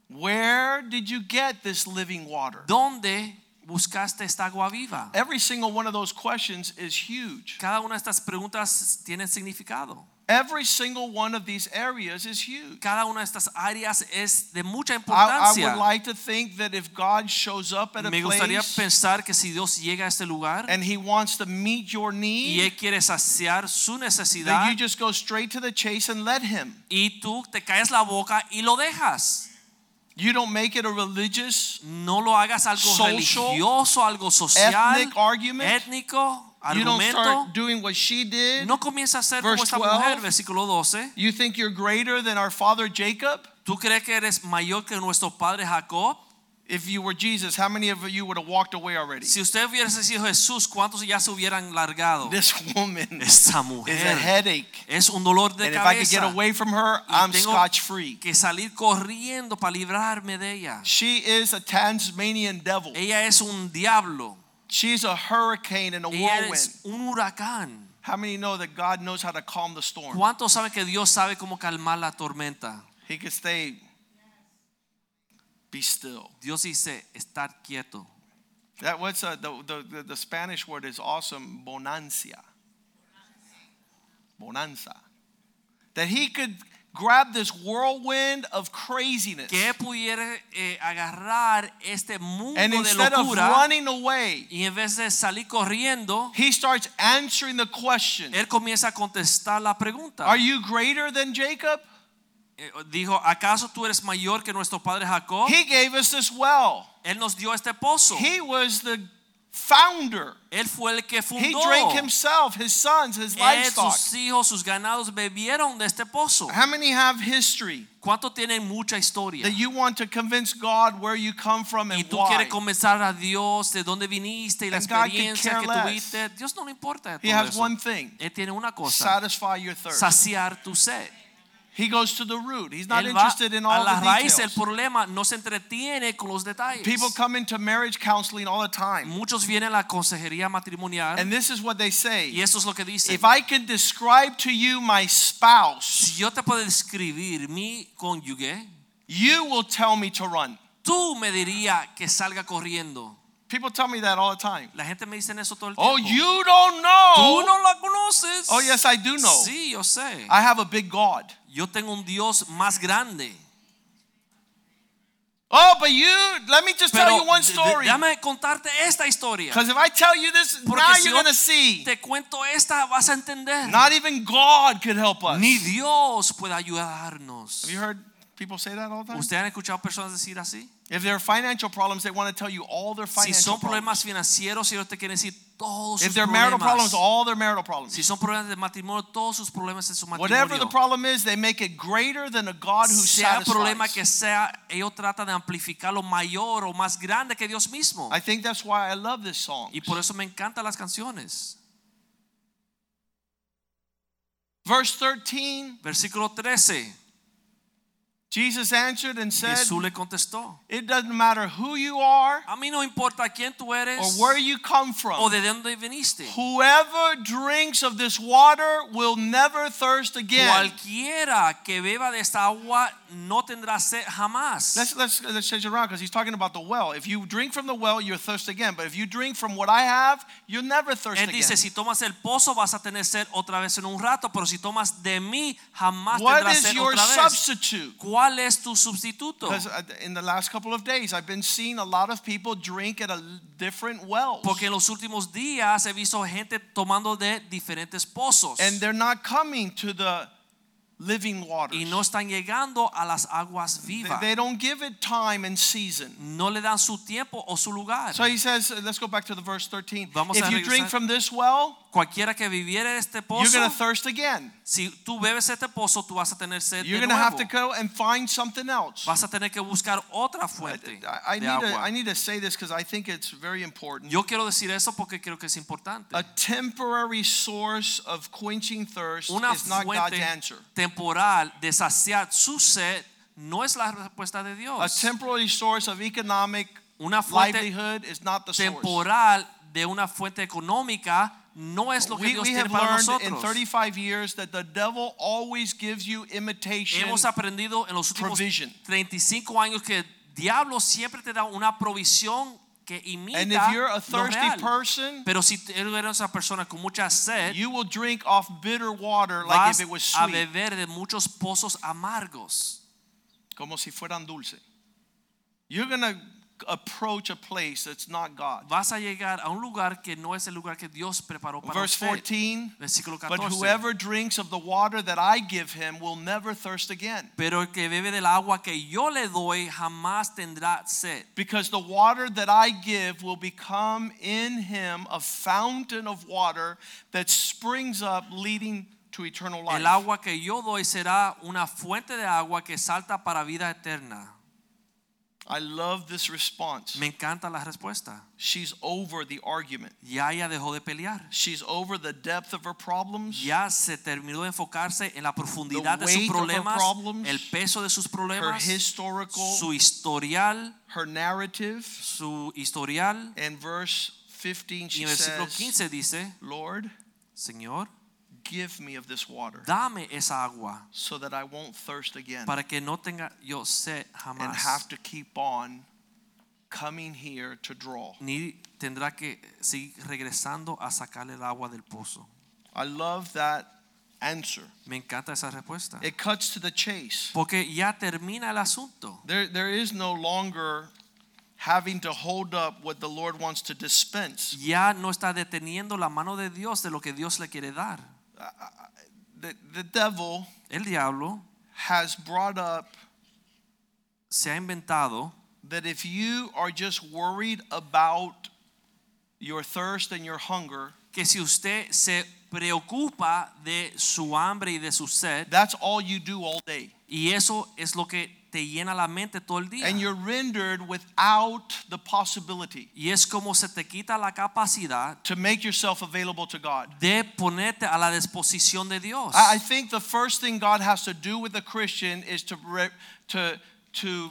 Speaker 1: Where did you get this living water?
Speaker 2: ¿Dónde buscaste esta agua viva?
Speaker 1: Every single one of those questions is huge.
Speaker 2: Cada una de estas preguntas tiene significado.
Speaker 1: Every single one of these areas is huge.
Speaker 2: Cada una de estas áreas es de mucha
Speaker 1: I, I
Speaker 2: importancia.
Speaker 1: would like to think that if God shows up at a
Speaker 2: Me gustaría
Speaker 1: place
Speaker 2: pensar que si Dios llega a este lugar
Speaker 1: and He wants to meet your
Speaker 2: y
Speaker 1: need,
Speaker 2: Él quiere saciar su
Speaker 1: that
Speaker 2: necesidad
Speaker 1: you just go straight to the chase and let Him.
Speaker 2: y tú te caes la boca y lo dejas.
Speaker 1: You don't make it a religious,
Speaker 2: No lo hagas algo
Speaker 1: Social,
Speaker 2: religioso, algo social,
Speaker 1: ethnic argument.
Speaker 2: étnico,
Speaker 1: You don't
Speaker 2: argumento.
Speaker 1: start doing what she did.
Speaker 2: No comienza a ser
Speaker 1: Verse
Speaker 2: como esta mujer,
Speaker 1: 12.
Speaker 2: versículo 12.
Speaker 1: You think you're greater than our father Jacob?
Speaker 2: ¿Tú crees que eres mayor que nuestro padre Jacob?
Speaker 1: If you were Jesus, how many of you would have walked away already?
Speaker 2: Si usted hubiese sido Jesús, ¿cuántos ya se hubieran largado?
Speaker 1: This
Speaker 2: [LAUGHS]
Speaker 1: woman is
Speaker 2: Esta
Speaker 1: a
Speaker 2: mujer
Speaker 1: headache.
Speaker 2: es un dolor de
Speaker 1: And if I could get
Speaker 2: cabeza.
Speaker 1: away from her,
Speaker 2: Y
Speaker 1: I'm
Speaker 2: tengo
Speaker 1: scotch free.
Speaker 2: que salir corriendo para librarme de ella.
Speaker 1: She is a Tasmanian devil.
Speaker 2: Ella es un diablo.
Speaker 1: She's a hurricane and a
Speaker 2: Ella
Speaker 1: whirlwind.
Speaker 2: es un huracán.
Speaker 1: How many know that God knows how to calm the storm?
Speaker 2: ¿Cuántos saben que Dios sabe cómo calmar la tormenta?
Speaker 1: He can stay, be still.
Speaker 2: Dios dice estar quieto.
Speaker 1: That what's uh, the, the, the, the Spanish word is awesome, bonancia. Bonanza. That he could grab this whirlwind of craziness.
Speaker 2: Que pudiera eh, agarrar este mundo
Speaker 1: And
Speaker 2: de
Speaker 1: instead of
Speaker 2: locura
Speaker 1: running away,
Speaker 2: y en vez de salir corriendo,
Speaker 1: he starts answering the question
Speaker 2: él comienza a contestar la pregunta.
Speaker 1: Are you greater than Jacob?
Speaker 2: Eh, Dijo, ¿acaso tú eres mayor que nuestro padre Jacob?
Speaker 1: He gave us this well.
Speaker 2: él nos dio este pozo.
Speaker 1: He was the founder.
Speaker 2: él fue el que
Speaker 1: He
Speaker 2: fundó.
Speaker 1: drank himself, his sons, his
Speaker 2: Él,
Speaker 1: livestock.
Speaker 2: sus hijos, sus ganados bebieron de este pozo.
Speaker 1: How many have history
Speaker 2: ¿Cuánto tienen mucha historia?
Speaker 1: that you want to convince God where you come from
Speaker 2: Y
Speaker 1: and
Speaker 2: tú
Speaker 1: why?
Speaker 2: quieres comenzar a Dios de dónde viniste y la
Speaker 1: And God could
Speaker 2: experiencia
Speaker 1: care
Speaker 2: que
Speaker 1: less.
Speaker 2: tuviste. Dios no le importa.
Speaker 1: He
Speaker 2: todo
Speaker 1: has
Speaker 2: eso.
Speaker 1: one thing
Speaker 2: Él tiene una cosa:
Speaker 1: satisfy your thirst.
Speaker 2: saciar tu sed.
Speaker 1: He goes to the root. He's not
Speaker 2: Él va
Speaker 1: interested in
Speaker 2: a
Speaker 1: all
Speaker 2: la
Speaker 1: the
Speaker 2: raíz del
Speaker 1: details.
Speaker 2: problema, no se entretiene con los detalles.
Speaker 1: People come into marriage counseling all the time,
Speaker 2: Muchos vienen a la consejería matrimonial
Speaker 1: and this is what they
Speaker 2: y
Speaker 1: say.
Speaker 2: esto es lo que dicen.
Speaker 1: If I can describe to you my spouse,
Speaker 2: si yo te puedo describir mi cónyuge,
Speaker 1: you will tell me to run.
Speaker 2: tú me dirías que salga corriendo.
Speaker 1: People tell me that all the time.
Speaker 2: La gente me dice eso todo el
Speaker 1: Oh,
Speaker 2: tiempo.
Speaker 1: you don't
Speaker 2: Tú
Speaker 1: know.
Speaker 2: no la conoces.
Speaker 1: Oh, yes, I do know.
Speaker 2: Sí, yo sé.
Speaker 1: I have a big God.
Speaker 2: Yo tengo un Dios más grande.
Speaker 1: Oh, but you, let me just tell
Speaker 2: Pero
Speaker 1: you one
Speaker 2: d- d-
Speaker 1: story.
Speaker 2: déjame contarte esta historia.
Speaker 1: Because if I tell you this,
Speaker 2: Porque
Speaker 1: now
Speaker 2: si
Speaker 1: you're
Speaker 2: yo
Speaker 1: going to see.
Speaker 2: Te cuento esta, vas a entender.
Speaker 1: Not even God could help us.
Speaker 2: Ni Dios puede ayudarnos.
Speaker 1: Have you heard people say that all the time?
Speaker 2: ¿Ustedes han escuchado personas decir así?
Speaker 1: If there are financial problems, they want to tell you all their
Speaker 2: Si
Speaker 1: financial
Speaker 2: son
Speaker 1: problems.
Speaker 2: problemas financieros, ellos te quieren decir todos
Speaker 1: If
Speaker 2: sus
Speaker 1: there are marital
Speaker 2: problemas.
Speaker 1: problems, all their marital problems.
Speaker 2: si son problemas de matrimonio, todos sus problemas en su
Speaker 1: Whatever the
Speaker 2: matrimonio.
Speaker 1: problem is, they make it greater than a God who
Speaker 2: sea el problema
Speaker 1: satisfies.
Speaker 2: que sea, ellos tratan de amplificar lo mayor o más grande que Dios mismo.
Speaker 1: I think that's why I love this song.
Speaker 2: Y por eso me encantan las canciones.
Speaker 1: Verse 13,
Speaker 2: Versículo 13.
Speaker 1: Jesus answered and said,
Speaker 2: Jesús le contestó.
Speaker 1: It doesn't matter who you are
Speaker 2: A mí no importa quién tú
Speaker 1: or
Speaker 2: eres
Speaker 1: where you come
Speaker 2: o
Speaker 1: from.
Speaker 2: de dónde viniste.
Speaker 1: Whoever drinks of this water will never thirst again.
Speaker 2: Cualquiera que beba de esta agua no tendrá sed jamás.
Speaker 1: Let's let's let's change it around because he's talking about the well. If you drink from the well, you're thirst again. But if you drink from what I have, you'll never thirst
Speaker 2: Él dice,
Speaker 1: again.
Speaker 2: si tomas el pozo vas a tener sed otra vez en un rato, pero si tomas de mí jamás
Speaker 1: What
Speaker 2: tendrás
Speaker 1: is
Speaker 2: sed
Speaker 1: your
Speaker 2: otra vez.
Speaker 1: substitute?
Speaker 2: ¿Cuál es tu sustituto?
Speaker 1: Because uh, in the last couple of days, I've been seeing a lot of people drink at a l- different wells,
Speaker 2: Porque en los últimos días he visto gente tomando de diferentes pozos
Speaker 1: and they're not coming to the living waters.
Speaker 2: y no están llegando a las aguas
Speaker 1: They-
Speaker 2: vivas.
Speaker 1: they don't give it time and season.
Speaker 2: No le dan su tiempo o su lugar.
Speaker 1: So he says, uh, let's go back to the verse 13.
Speaker 2: Vamos a
Speaker 1: if you drink
Speaker 2: regresar.
Speaker 1: from this well,
Speaker 2: Cualquiera que viviera este
Speaker 1: you're
Speaker 2: pozo
Speaker 1: going to thirst again.
Speaker 2: Si tú bebes este pozo, tú vas a tener sed
Speaker 1: You're
Speaker 2: de
Speaker 1: going to have
Speaker 2: nuevo.
Speaker 1: to go and find something else.
Speaker 2: Vas a tener que buscar otra
Speaker 1: I,
Speaker 2: fuente
Speaker 1: I need
Speaker 2: de
Speaker 1: to,
Speaker 2: agua.
Speaker 1: I need to say this because I think it's very important.
Speaker 2: Yo quiero decir eso porque creo que es importante.
Speaker 1: A temporary source of quenching thirst
Speaker 2: Una
Speaker 1: is not God's
Speaker 2: fuente
Speaker 1: answer.
Speaker 2: temporal de saciar su sed no es la respuesta de
Speaker 1: A
Speaker 2: Dios.
Speaker 1: temporary source of economic
Speaker 2: Una fuente
Speaker 1: livelihood is not the source.
Speaker 2: temporal de una fuente económica no es lo que
Speaker 1: We,
Speaker 2: Dios
Speaker 1: we
Speaker 2: tiene
Speaker 1: have
Speaker 2: para
Speaker 1: learned in
Speaker 2: nosotros.
Speaker 1: 35 years that the devil always gives you imitation.
Speaker 2: Hemos aprendido en los últimos
Speaker 1: provision.
Speaker 2: 35 años que el diablo siempre te da una provisión que
Speaker 1: And if
Speaker 2: imita
Speaker 1: you're a
Speaker 2: lo
Speaker 1: thirsty
Speaker 2: real.
Speaker 1: person,
Speaker 2: Pero si tú eres una persona con mucha sed,
Speaker 1: you will drink off bitter water like
Speaker 2: vas
Speaker 1: if it was
Speaker 2: a
Speaker 1: sweet.
Speaker 2: beber de muchos pozos amargos.
Speaker 1: Como si fueran dulce. You're going to approach a place that's not God.
Speaker 2: Vas a llegar a un lugar que no es el lugar que Dios preparó para
Speaker 1: Verse
Speaker 2: usted.
Speaker 1: 14.
Speaker 2: Versículo 14.
Speaker 1: But whoever drinks of the water that I give him will never thirst again.
Speaker 2: Pero el que bebe del agua que yo le doy jamás tendrá sed.
Speaker 1: Because the water that I give will become in him a fountain of water that springs up, leading to eternal
Speaker 2: El
Speaker 1: life.
Speaker 2: agua que yo doy será una fuente de agua que salta para vida eterna.
Speaker 1: I love this response.
Speaker 2: Me encanta la respuesta.
Speaker 1: She's over the argument,
Speaker 2: Ya ella dejó de pelear.
Speaker 1: she's over the depth of her problems,
Speaker 2: Ya se terminó de enfocarse en la profundidad de sus
Speaker 1: weight of her
Speaker 2: problemas,
Speaker 1: problems,
Speaker 2: el peso de sus
Speaker 1: her
Speaker 2: problemas,
Speaker 1: historical,
Speaker 2: su historial,
Speaker 1: her narrative.
Speaker 2: su historial.
Speaker 1: And verse 15,
Speaker 2: Y
Speaker 1: she
Speaker 2: en el versículo
Speaker 1: says,
Speaker 2: 15 dice,
Speaker 1: Lord,
Speaker 2: Señor,
Speaker 1: give me of this water
Speaker 2: dame esa agua
Speaker 1: so that I won't thirst again
Speaker 2: para que no tenga yo sed
Speaker 1: and have
Speaker 2: jamás.
Speaker 1: to keep on coming here to draw.
Speaker 2: Ni tendrá que seguir regresando a sacarle el agua del pozo.
Speaker 1: I love that answer.
Speaker 2: Me encanta esa respuesta.
Speaker 1: It cuts to the chase.
Speaker 2: Porque ya termina el asunto.
Speaker 1: There, there is no longer having to hold up what the Lord wants to dispense.
Speaker 2: Ya no está deteniendo la mano de Dios de lo que Dios le quiere dar.
Speaker 1: The, the devil
Speaker 2: El diablo
Speaker 1: has brought up
Speaker 2: se ha inventado
Speaker 1: that if you are just worried about your thirst and your hunger,
Speaker 2: que si usted se preocupa de su hambre y de su sed,
Speaker 1: that's all you do all day.
Speaker 2: y eso es lo que te llena la mente todo el día,
Speaker 1: And you're rendered without the possibility
Speaker 2: y es como se te quita la capacidad
Speaker 1: to make yourself available to God.
Speaker 2: de ponerte a la disposición de Dios.
Speaker 1: I I think the first thing God has to do with a Christian is to re- to to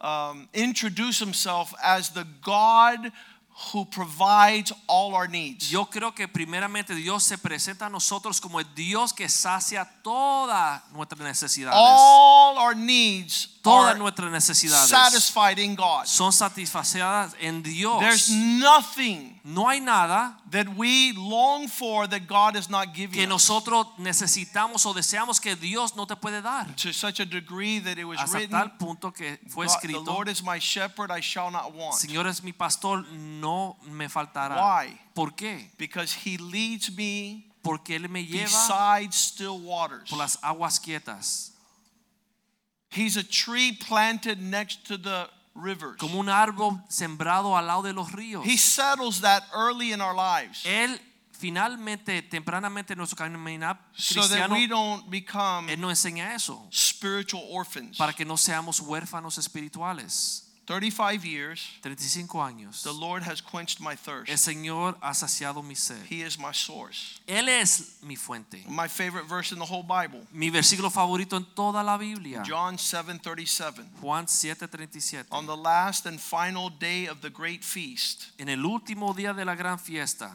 Speaker 1: um, introduce Himself as the God who provides all our needs.
Speaker 2: Yo creo que primeramente Dios se presenta a nosotros como el Dios que sacia todas nuestras necesidades.
Speaker 1: all our needs
Speaker 2: todas
Speaker 1: are
Speaker 2: nuestras necesidades
Speaker 1: satisfied in God.
Speaker 2: son satisfacidas en Dios.
Speaker 1: There's nothing
Speaker 2: No hay nada
Speaker 1: that we long for that God is not
Speaker 2: que
Speaker 1: giving us
Speaker 2: nosotros necesitamos o deseamos que Dios no te puede dar.
Speaker 1: to such a degree that it was
Speaker 2: Hasta
Speaker 1: written.
Speaker 2: tal punto que fue
Speaker 1: God- the
Speaker 2: escrito,
Speaker 1: Lord is my shepherd; I shall not want.
Speaker 2: Señor es mi pastor, no me faltará.
Speaker 1: Why?
Speaker 2: ¿Por qué?
Speaker 1: Because He leads me
Speaker 2: Porque Él me lleva
Speaker 1: beside still waters.
Speaker 2: por las aguas quietas,
Speaker 1: He's a tree planted next to the rivers.
Speaker 2: como un árbol sembrado al lado de los ríos.
Speaker 1: He settles that early in our lives
Speaker 2: Él finalmente, tempranamente en nuestro caminar
Speaker 1: so that
Speaker 2: cristiano,
Speaker 1: we don't become
Speaker 2: Él nos enseña eso,
Speaker 1: spiritual orphans.
Speaker 2: para que no seamos huérfanos espirituales.
Speaker 1: 35 years,
Speaker 2: 35 años.
Speaker 1: the Lord has quenched my
Speaker 2: El
Speaker 1: thirst.
Speaker 2: Señor ha saciado mi sed.
Speaker 1: He is my source.
Speaker 2: Él es mi fuente.
Speaker 1: My favorite verse in the whole Bible,
Speaker 2: Mi versículo favorito en toda la Biblia.
Speaker 1: John Oh. 7:37.
Speaker 2: Juan 7:37.
Speaker 1: On the last and final day of the great feast,
Speaker 2: En el último día de la gran fiesta,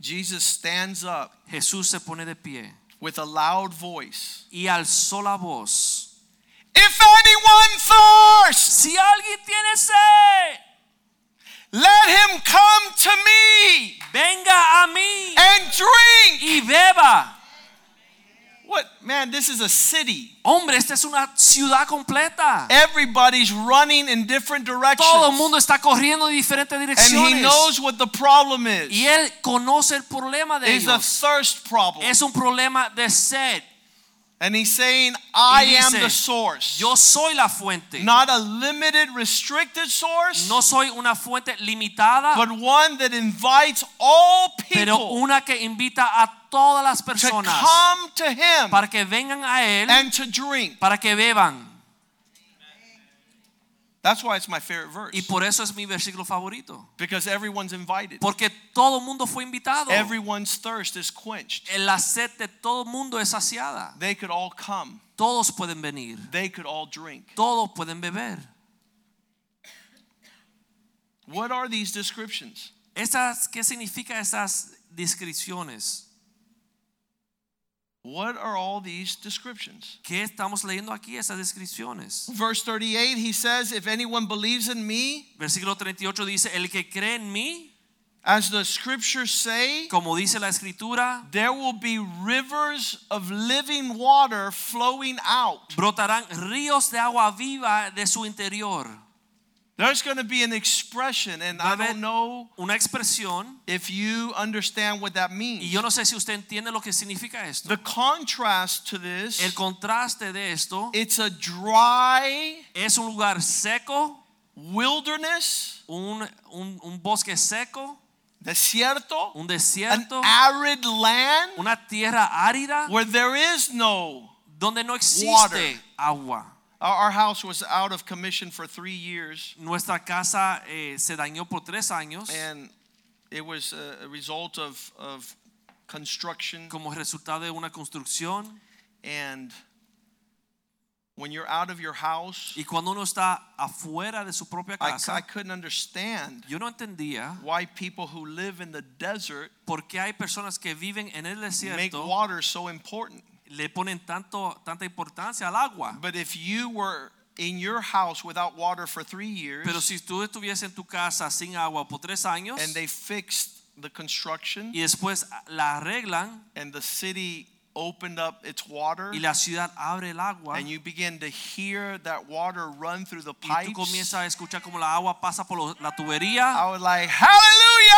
Speaker 1: Jesus stands up
Speaker 2: Jesús se pone de pie
Speaker 1: with a loud voice.
Speaker 2: y alzó la voz.
Speaker 1: If anyone thirsts,
Speaker 2: Si alguien tiene sed,
Speaker 1: Let him come to me
Speaker 2: venga a mí
Speaker 1: and drink.
Speaker 2: y beba.
Speaker 1: What man, this is a city.
Speaker 2: Hombre, esta es una ciudad completa.
Speaker 1: Everybody's running in different directions.
Speaker 2: Todo el mundo está corriendo de diferentes
Speaker 1: and he
Speaker 2: direcciones.
Speaker 1: knows what the problem is.
Speaker 2: Y él conoce el problema de
Speaker 1: It's a
Speaker 2: ellos.
Speaker 1: thirst problem.
Speaker 2: Es un problema de sed.
Speaker 1: and he's saying, I
Speaker 2: Y
Speaker 1: am
Speaker 2: dice,
Speaker 1: the source.
Speaker 2: Yo soy la fuente.
Speaker 1: Not a limited, restricted source,
Speaker 2: No soy una fuente limitada,
Speaker 1: but one that invites all
Speaker 2: pero
Speaker 1: people
Speaker 2: una que invita a todas las
Speaker 1: to
Speaker 2: personas
Speaker 1: come to him
Speaker 2: para que vengan a Él,
Speaker 1: and to drink.
Speaker 2: para que beban.
Speaker 1: That's why it's my favorite verse.
Speaker 2: Y por eso es mi versículo favorito.
Speaker 1: because everyone's invited.
Speaker 2: Porque todo el mundo fue invitado.
Speaker 1: Everyone's thirst is quenched.
Speaker 2: La sed de todo el mundo es saciada.
Speaker 1: They could all come.
Speaker 2: Todos pueden venir.
Speaker 1: They could all drink.
Speaker 2: Todos pueden beber.
Speaker 1: What are these descriptions?
Speaker 2: Estas, ¿Qué significa estas descripciones?
Speaker 1: What are all these descriptions?
Speaker 2: ¿Qué estamos leyendo aquí? Estas descripciones.
Speaker 1: Verse 38, he says, If anyone believes in me,
Speaker 2: Versículo 38 dice, el que cree en mí,
Speaker 1: as the scriptures say,
Speaker 2: como dice la escritura,
Speaker 1: there will be rivers of living water flowing out.
Speaker 2: brotarán ríos de agua viva de su interior.
Speaker 1: There's going to be an expression, and
Speaker 2: Va a
Speaker 1: I
Speaker 2: haber
Speaker 1: don't know
Speaker 2: una expresión
Speaker 1: if you understand what that
Speaker 2: y
Speaker 1: means.
Speaker 2: yo no sé si usted entiende lo que significa esto.
Speaker 1: The contrast to
Speaker 2: El
Speaker 1: this,
Speaker 2: contraste de esto
Speaker 1: it's a dry
Speaker 2: es un lugar seco,
Speaker 1: wilderness,
Speaker 2: un, un- un bosque seco,
Speaker 1: desierto,
Speaker 2: un
Speaker 1: an
Speaker 2: desierto,
Speaker 1: arid land
Speaker 2: una tierra árida
Speaker 1: where there is no
Speaker 2: donde no existe
Speaker 1: Water.
Speaker 2: agua.
Speaker 1: our, our house was out of commission for three years
Speaker 2: Nuestra casa eh, se dañó por tres años
Speaker 1: and it was a, a result of, of construction
Speaker 2: como resultado de una construcción
Speaker 1: and when you're out of your house,
Speaker 2: Y cuando uno está afuera de su propia
Speaker 1: I, I
Speaker 2: casa,
Speaker 1: couldn't understand
Speaker 2: yo no entendía
Speaker 1: why people who live in the desert
Speaker 2: por qué hay personas que viven en el
Speaker 1: make
Speaker 2: desierto
Speaker 1: water so important.
Speaker 2: le ponen tanto, tanta importancia al agua.
Speaker 1: But if you were in your house without water for three years
Speaker 2: Pero si tú estuviese en tu casa sin agua por tres años
Speaker 1: and they fixed the construction
Speaker 2: y después la arreglan
Speaker 1: and the city opened up its water
Speaker 2: y la ciudad abre el agua
Speaker 1: and you begin to hear that water run through the
Speaker 2: y tú
Speaker 1: pipes,
Speaker 2: comienzas a escuchar como la agua pasa por lo- la tubería,
Speaker 1: I was like,
Speaker 2: yo dije,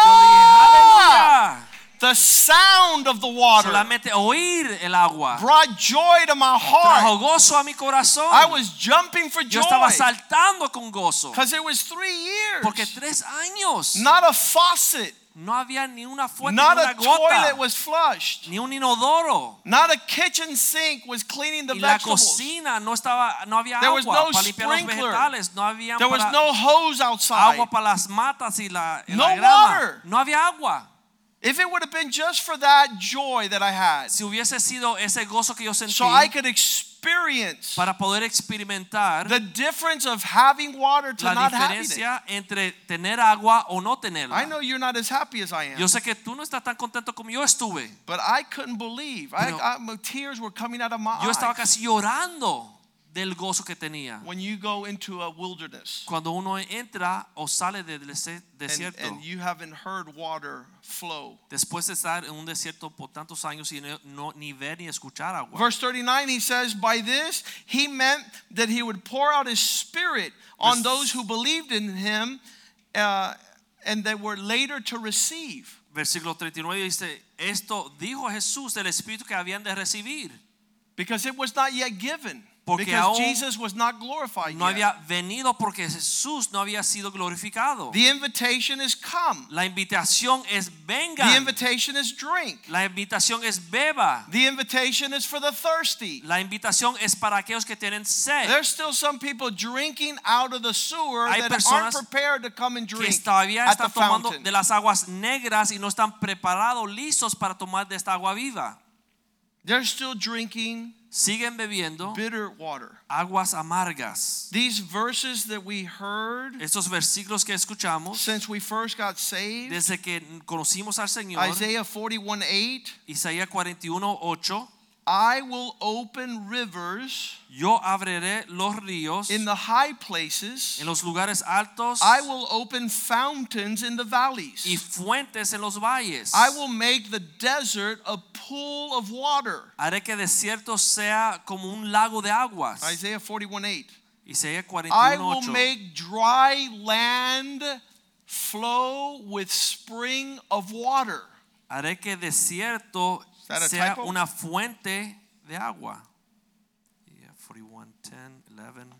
Speaker 1: Hallelujah!
Speaker 2: "Aleluya".
Speaker 1: The sound of the water
Speaker 2: Solamente oír el agua
Speaker 1: brought joy to my heart.
Speaker 2: trajo gozo a mi
Speaker 1: I
Speaker 2: corazón.
Speaker 1: was jumping for joy
Speaker 2: Yo estaba saltando con gozo.
Speaker 1: because it was three
Speaker 2: Porque
Speaker 1: years.
Speaker 2: tres años
Speaker 1: Not a faucet,
Speaker 2: no había ni una fuente, ni
Speaker 1: not
Speaker 2: una
Speaker 1: a toilet
Speaker 2: gota,
Speaker 1: was flushed,
Speaker 2: ni un inodoro.
Speaker 1: not a kitchen sink was cleaning the
Speaker 2: Y la
Speaker 1: vegetables.
Speaker 2: cocina no estaba, no había
Speaker 1: There was no
Speaker 2: agua para limpiar los
Speaker 1: sprinkler.
Speaker 2: vegetales, no había
Speaker 1: There was
Speaker 2: para-
Speaker 1: no hose outside.
Speaker 2: agua para las matas y la, y
Speaker 1: No
Speaker 2: la grama.
Speaker 1: water.
Speaker 2: No había agua.
Speaker 1: If it would have been just for that joy that I had,
Speaker 2: Si hubiese sido ese gozo que yo sentí
Speaker 1: so I could experience
Speaker 2: para poder experimentar
Speaker 1: the difference of having water to
Speaker 2: la
Speaker 1: not having it.
Speaker 2: diferencia entre tener agua o no
Speaker 1: I
Speaker 2: tenerla.
Speaker 1: know you're not as happy as I am.
Speaker 2: Yo sé que tú no estás tan contento como yo estuve.
Speaker 1: But I couldn't believe. I,
Speaker 2: Pero-
Speaker 1: I, my tears were coming out of my
Speaker 2: Yo estaba
Speaker 1: eyes
Speaker 2: casi llorando del gozo que tenía.
Speaker 1: when you go into a wilderness
Speaker 2: Cuando uno entra o sale del dese-
Speaker 1: and,
Speaker 2: desierto,
Speaker 1: and you haven't heard water flow.
Speaker 2: después de estar en un desierto por tantos años y no, no- ni ver ni escuchar agua.
Speaker 1: Verse 39, he says, By this he meant that he would pour out his spirit on
Speaker 2: Verse-
Speaker 1: those who believed in him uh, and that were later to receive.
Speaker 2: Versículo 39 dice, esto dijo Jesús del Espíritu que habían de recibir.
Speaker 1: Because it was not yet given.
Speaker 2: Porque
Speaker 1: because
Speaker 2: aún
Speaker 1: Jesus was not glorified
Speaker 2: no
Speaker 1: yet.
Speaker 2: había venido porque Jesús no había sido glorificado.
Speaker 1: The invitation is come.
Speaker 2: La invitación es
Speaker 1: The
Speaker 2: vengan.
Speaker 1: invitation is drink.
Speaker 2: La invitación es beba.
Speaker 1: The invitation is for the thirsty.
Speaker 2: La invitación es para aquellos que tienen sed,
Speaker 1: There's still some people drinking out of the sewer
Speaker 2: Hay
Speaker 1: that aren't
Speaker 2: personas
Speaker 1: prepared to come and
Speaker 2: que
Speaker 1: drink
Speaker 2: todavía
Speaker 1: at the
Speaker 2: están tomando
Speaker 1: fountain.
Speaker 2: de las aguas negras y no están preparados, listos para tomar de esta agua viva.
Speaker 1: They're still drinking
Speaker 2: Siguen bebiendo
Speaker 1: bitter water.
Speaker 2: aguas amargas.
Speaker 1: These verses that we heard
Speaker 2: Estos versículos que escuchamos
Speaker 1: since we first got saved,
Speaker 2: desde que conocimos al Señor,
Speaker 1: Isaiah 41 8,
Speaker 2: Isaías 41, 8,
Speaker 1: I will open rivers
Speaker 2: yo abriré los ríos
Speaker 1: in the high places.
Speaker 2: en los lugares altos.
Speaker 1: I will open fountains in the
Speaker 2: y
Speaker 1: valleys.
Speaker 2: fuentes en los valles.
Speaker 1: I will make the desert a pool of water.
Speaker 2: Haré que desierto sea como un lago de aguas.
Speaker 1: Isaiah 41 8.
Speaker 2: Isaías
Speaker 1: I will
Speaker 2: 41:8.
Speaker 1: make dry land flow with spring of water.
Speaker 2: Haré que desierto
Speaker 1: that a
Speaker 2: sea
Speaker 1: typo?
Speaker 2: una fuente de agua. Yeah, 41, 10, 11.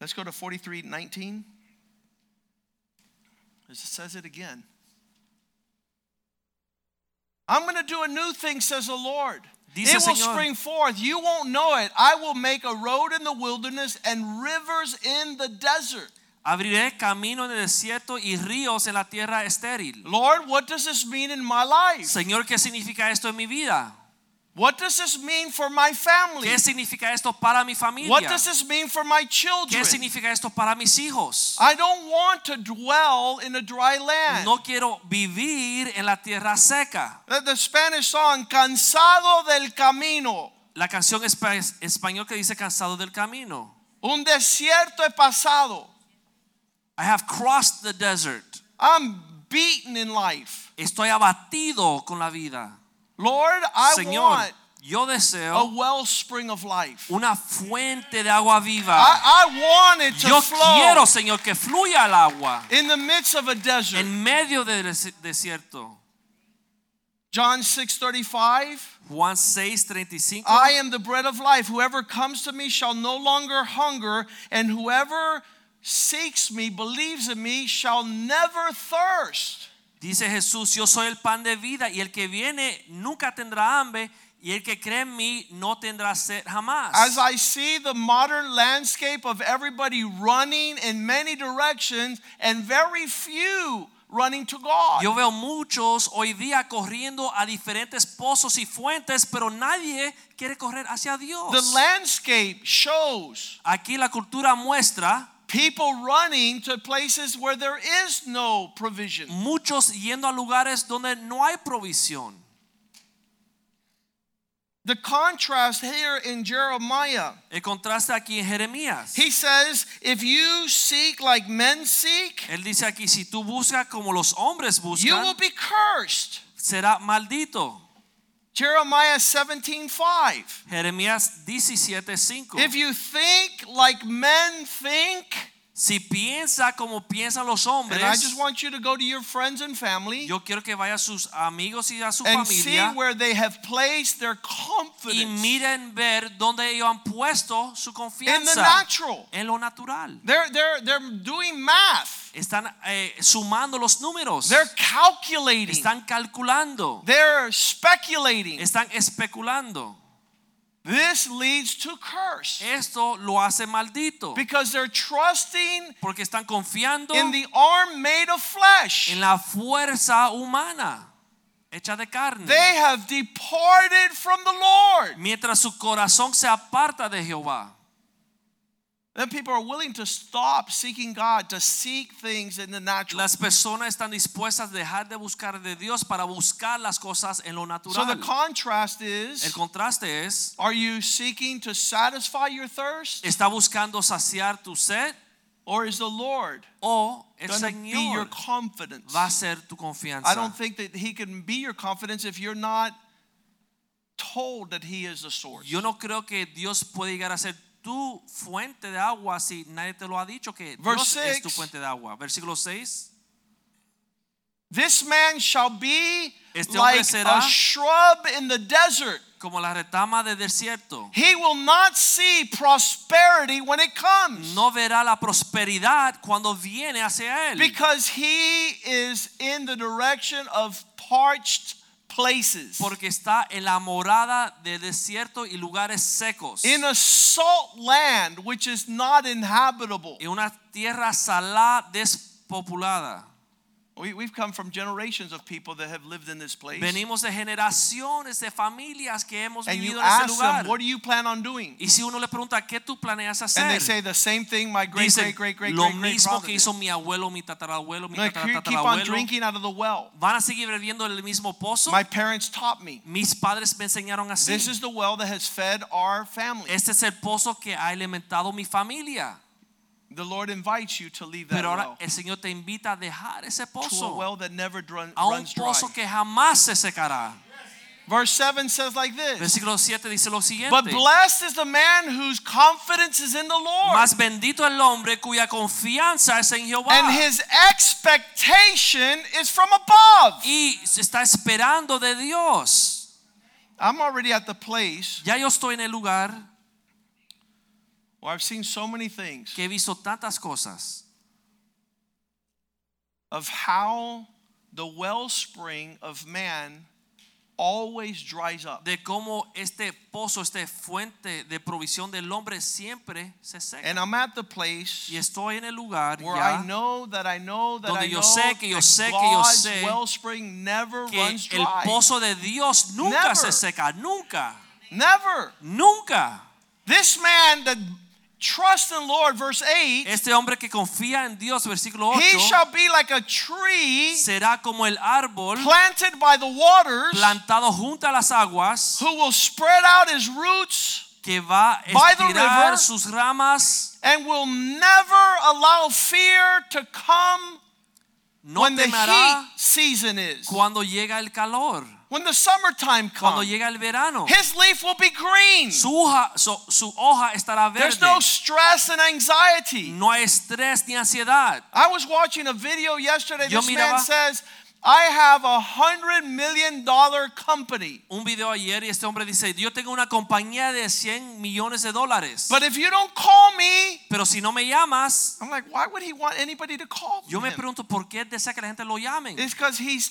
Speaker 1: Let's go to 43:19. It says it again. I'm going to do a new thing, says the Lord.
Speaker 2: Dice
Speaker 1: it will
Speaker 2: Señor.
Speaker 1: spring forth. You won't know it. I will make a road in the wilderness and rivers in the desert.
Speaker 2: Abriré camino en el desierto y ríos en la tierra estéril.
Speaker 1: Lord, what does this mean in my life?
Speaker 2: Señor, ¿qué significa esto en mi vida?
Speaker 1: What does this mean for my family?
Speaker 2: ¿Qué significa esto para mi
Speaker 1: What
Speaker 2: familia?
Speaker 1: does this mean for my children?
Speaker 2: ¿Qué significa esto para mis hijos?
Speaker 1: I don't want to dwell in a dry land.
Speaker 2: No quiero vivir en la tierra seca.
Speaker 1: The, the Spanish song, Cansado del Camino.
Speaker 2: La canción espa- español que dice cansado del camino.
Speaker 1: Un desierto he pasado.
Speaker 2: I have crossed the desert.
Speaker 1: I'm beaten in life.
Speaker 2: Estoy abatido con la vida.
Speaker 1: Lord, I
Speaker 2: Señor,
Speaker 1: want
Speaker 2: yo
Speaker 1: a
Speaker 2: deseo
Speaker 1: wellspring of life.
Speaker 2: una fuente de agua viva.
Speaker 1: I, I want it to
Speaker 2: Yo
Speaker 1: flow
Speaker 2: quiero, Señor, que fluya el agua
Speaker 1: in the midst of a desert.
Speaker 2: en medio del des- desierto.
Speaker 1: John 6:35
Speaker 2: Juan 6:35.
Speaker 1: I am the bread of life. Whoever comes to me shall no longer hunger, and whoever seeks me, believes in me, shall never thirst.
Speaker 2: Dice Jesús, yo soy el pan de vida y el que viene nunca tendrá hambre y el que cree en mí no tendrá sed jamás.
Speaker 1: As I see the modern landscape of everybody running in many directions and very few running to God.
Speaker 2: Yo veo muchos hoy día corriendo a diferentes pozos y fuentes, pero nadie quiere correr hacia
Speaker 1: The
Speaker 2: Dios.
Speaker 1: landscape shows
Speaker 2: Aquí la cultura muestra
Speaker 1: people running to places where there is no provision.
Speaker 2: muchos yendo a lugares donde no hay provisión.
Speaker 1: The contrast here in Jeremiah,
Speaker 2: El contraste aquí en Jeremías.
Speaker 1: he says, If you seek like men seek,
Speaker 2: Él dice aquí, si tú buscas como los hombres
Speaker 1: you will
Speaker 2: buscan,
Speaker 1: be cursed.
Speaker 2: será maldito.
Speaker 1: Jeremiah 17 5.
Speaker 2: Jeremías 17:5.
Speaker 1: If you think like men think,
Speaker 2: Si piensa como piensan los
Speaker 1: and I
Speaker 2: hombres,
Speaker 1: just want you to go to your friends and family
Speaker 2: yo quiero que vaya a sus amigos y a su
Speaker 1: and see
Speaker 2: familia
Speaker 1: where they have placed their
Speaker 2: y
Speaker 1: confidence in
Speaker 2: miren ver dónde ellos han puesto su
Speaker 1: the
Speaker 2: confianza
Speaker 1: natural.
Speaker 2: en lo natural.
Speaker 1: They're, they're, they're doing math,
Speaker 2: Están eh, sumando los números,
Speaker 1: they're calculating,
Speaker 2: están calculando,
Speaker 1: they're speculating.
Speaker 2: están especulando.
Speaker 1: This leads to curse
Speaker 2: Esto lo hace maldito
Speaker 1: because they're trusting
Speaker 2: porque están confiando
Speaker 1: in the arm made of flesh.
Speaker 2: en la fuerza humana hecha de carne.
Speaker 1: They have departed from the Lord.
Speaker 2: mientras su corazón se aparta de Jehová.
Speaker 1: Then people are willing to stop seeking God to seek things in the natural.
Speaker 2: Las personas están dispuestas a dejar de buscar de Dios para buscar las cosas en lo
Speaker 1: So the
Speaker 2: natural.
Speaker 1: contrast
Speaker 2: El
Speaker 1: is
Speaker 2: contraste es,
Speaker 1: are you seeking to satisfy your thirst
Speaker 2: ¿está buscando saciar tu sed
Speaker 1: or is the Lord
Speaker 2: o el
Speaker 1: going to be your
Speaker 2: Señor
Speaker 1: confidence?
Speaker 2: va a ser tu
Speaker 1: I don't
Speaker 2: confianza?
Speaker 1: think that he can be your confidence if you're not told that he is the source.
Speaker 2: Yo no creo que Dios puede llegar a ser tu fuente de agua si nadie te lo ha dicho que Dios
Speaker 1: Verse
Speaker 2: es tu
Speaker 1: six.
Speaker 2: fuente de agua. Versículo 6.
Speaker 1: This man shall be
Speaker 2: Este hombre
Speaker 1: like
Speaker 2: será-
Speaker 1: a shrub in the desert.
Speaker 2: Como la retama del desierto.
Speaker 1: He will not see prosperity when it comes.
Speaker 2: No verá la prosperidad cuando viene hacia él.
Speaker 1: Because he is in the direction of parched places.
Speaker 2: porque está en la morada de desierto y lugares secos
Speaker 1: In a salt land which is not inhabitable.
Speaker 2: en una tierra salada despopulada
Speaker 1: We, we've come from generations of people that have lived in this place.
Speaker 2: venimos de generaciones de familias que hemos
Speaker 1: And you
Speaker 2: vivido en ese
Speaker 1: ask
Speaker 2: lugar
Speaker 1: them, what do you plan on doing?
Speaker 2: y si uno le pregunta qué tú planeas
Speaker 1: And they
Speaker 2: hacer
Speaker 1: say the same thing my great,
Speaker 2: dicen
Speaker 1: great, great, great,
Speaker 2: lo
Speaker 1: great, great,
Speaker 2: mismo que
Speaker 1: great
Speaker 2: hizo mi abuelo mi tatarabuelo mi
Speaker 1: No, keep keep on
Speaker 2: tatarabuelo
Speaker 1: drinking out of the well.
Speaker 2: van a seguir bebiendo el mismo pozo
Speaker 1: My parents taught me.
Speaker 2: mis padres me enseñaron así
Speaker 1: This is the well that has fed our family.
Speaker 2: este es el pozo que ha alimentado mi familia
Speaker 1: The Lord invites you to leave that
Speaker 2: pero ahora
Speaker 1: well
Speaker 2: el Señor te invita a dejar ese
Speaker 1: to a
Speaker 2: pozo
Speaker 1: well that never drun,
Speaker 2: a un
Speaker 1: runs dry.
Speaker 2: pozo que jamás se secará.
Speaker 1: Verse 7 says like this.
Speaker 2: Versículo 7 dice lo
Speaker 1: But
Speaker 2: siguiente.
Speaker 1: blessed is the man whose confidence is in the Lord,
Speaker 2: Más bendito el hombre cuya confianza es en Jehová
Speaker 1: and his expectation is from above.
Speaker 2: y se está esperando de Dios.
Speaker 1: I'm already at the place
Speaker 2: Ya yo estoy en el lugar
Speaker 1: where I've seen so many things
Speaker 2: que he visto tantas cosas
Speaker 1: of how the wellspring of man always dries up.
Speaker 2: de cómo este pozo, esta fuente de provisión del hombre siempre se seca.
Speaker 1: And I'm at the
Speaker 2: Y
Speaker 1: place
Speaker 2: estoy en el lugar
Speaker 1: where
Speaker 2: ya
Speaker 1: I know that I know that
Speaker 2: Donde
Speaker 1: I
Speaker 2: yo
Speaker 1: know
Speaker 2: sé que yo
Speaker 1: that
Speaker 2: sé que yo
Speaker 1: God's
Speaker 2: sé
Speaker 1: wellspring never
Speaker 2: que
Speaker 1: runs
Speaker 2: el
Speaker 1: dry.
Speaker 2: pozo de Dios nunca
Speaker 1: Never.
Speaker 2: se seca, nunca,
Speaker 1: Never.
Speaker 2: nunca.
Speaker 1: This man that trusts in Lord, verse 8,
Speaker 2: Este hombre que confía en Dios, versículo 8,
Speaker 1: He shall be like a tree
Speaker 2: será como el árbol
Speaker 1: planted by the waters
Speaker 2: plantado junto a las aguas
Speaker 1: who will spread out his roots
Speaker 2: que va a
Speaker 1: By the
Speaker 2: estirar
Speaker 1: river.
Speaker 2: sus ramas,
Speaker 1: and will never allow fear to come
Speaker 2: no
Speaker 1: when the heat
Speaker 2: temerá
Speaker 1: season is.
Speaker 2: cuando llega el calor,
Speaker 1: When the summertime
Speaker 2: cuando
Speaker 1: comes,
Speaker 2: llega el verano.
Speaker 1: his leaf will be green.
Speaker 2: Su hoja, so- su hoja estará verde.
Speaker 1: There's no stress and anxiety.
Speaker 2: No hay estrés ni ansiedad.
Speaker 1: I was watching a video yesterday.
Speaker 2: Yo
Speaker 1: This
Speaker 2: miraba-
Speaker 1: man says I have a hundred million dollar company.
Speaker 2: un video ayer y este hombre dice, yo tengo una compañía de 100 millones de dólares,
Speaker 1: But if you don't call me,
Speaker 2: pero si no me llamas,
Speaker 1: I'm like, why would he want anybody to call
Speaker 2: yo me
Speaker 1: him?
Speaker 2: pregunto por qué él desea que la gente lo llame.
Speaker 1: It's because he's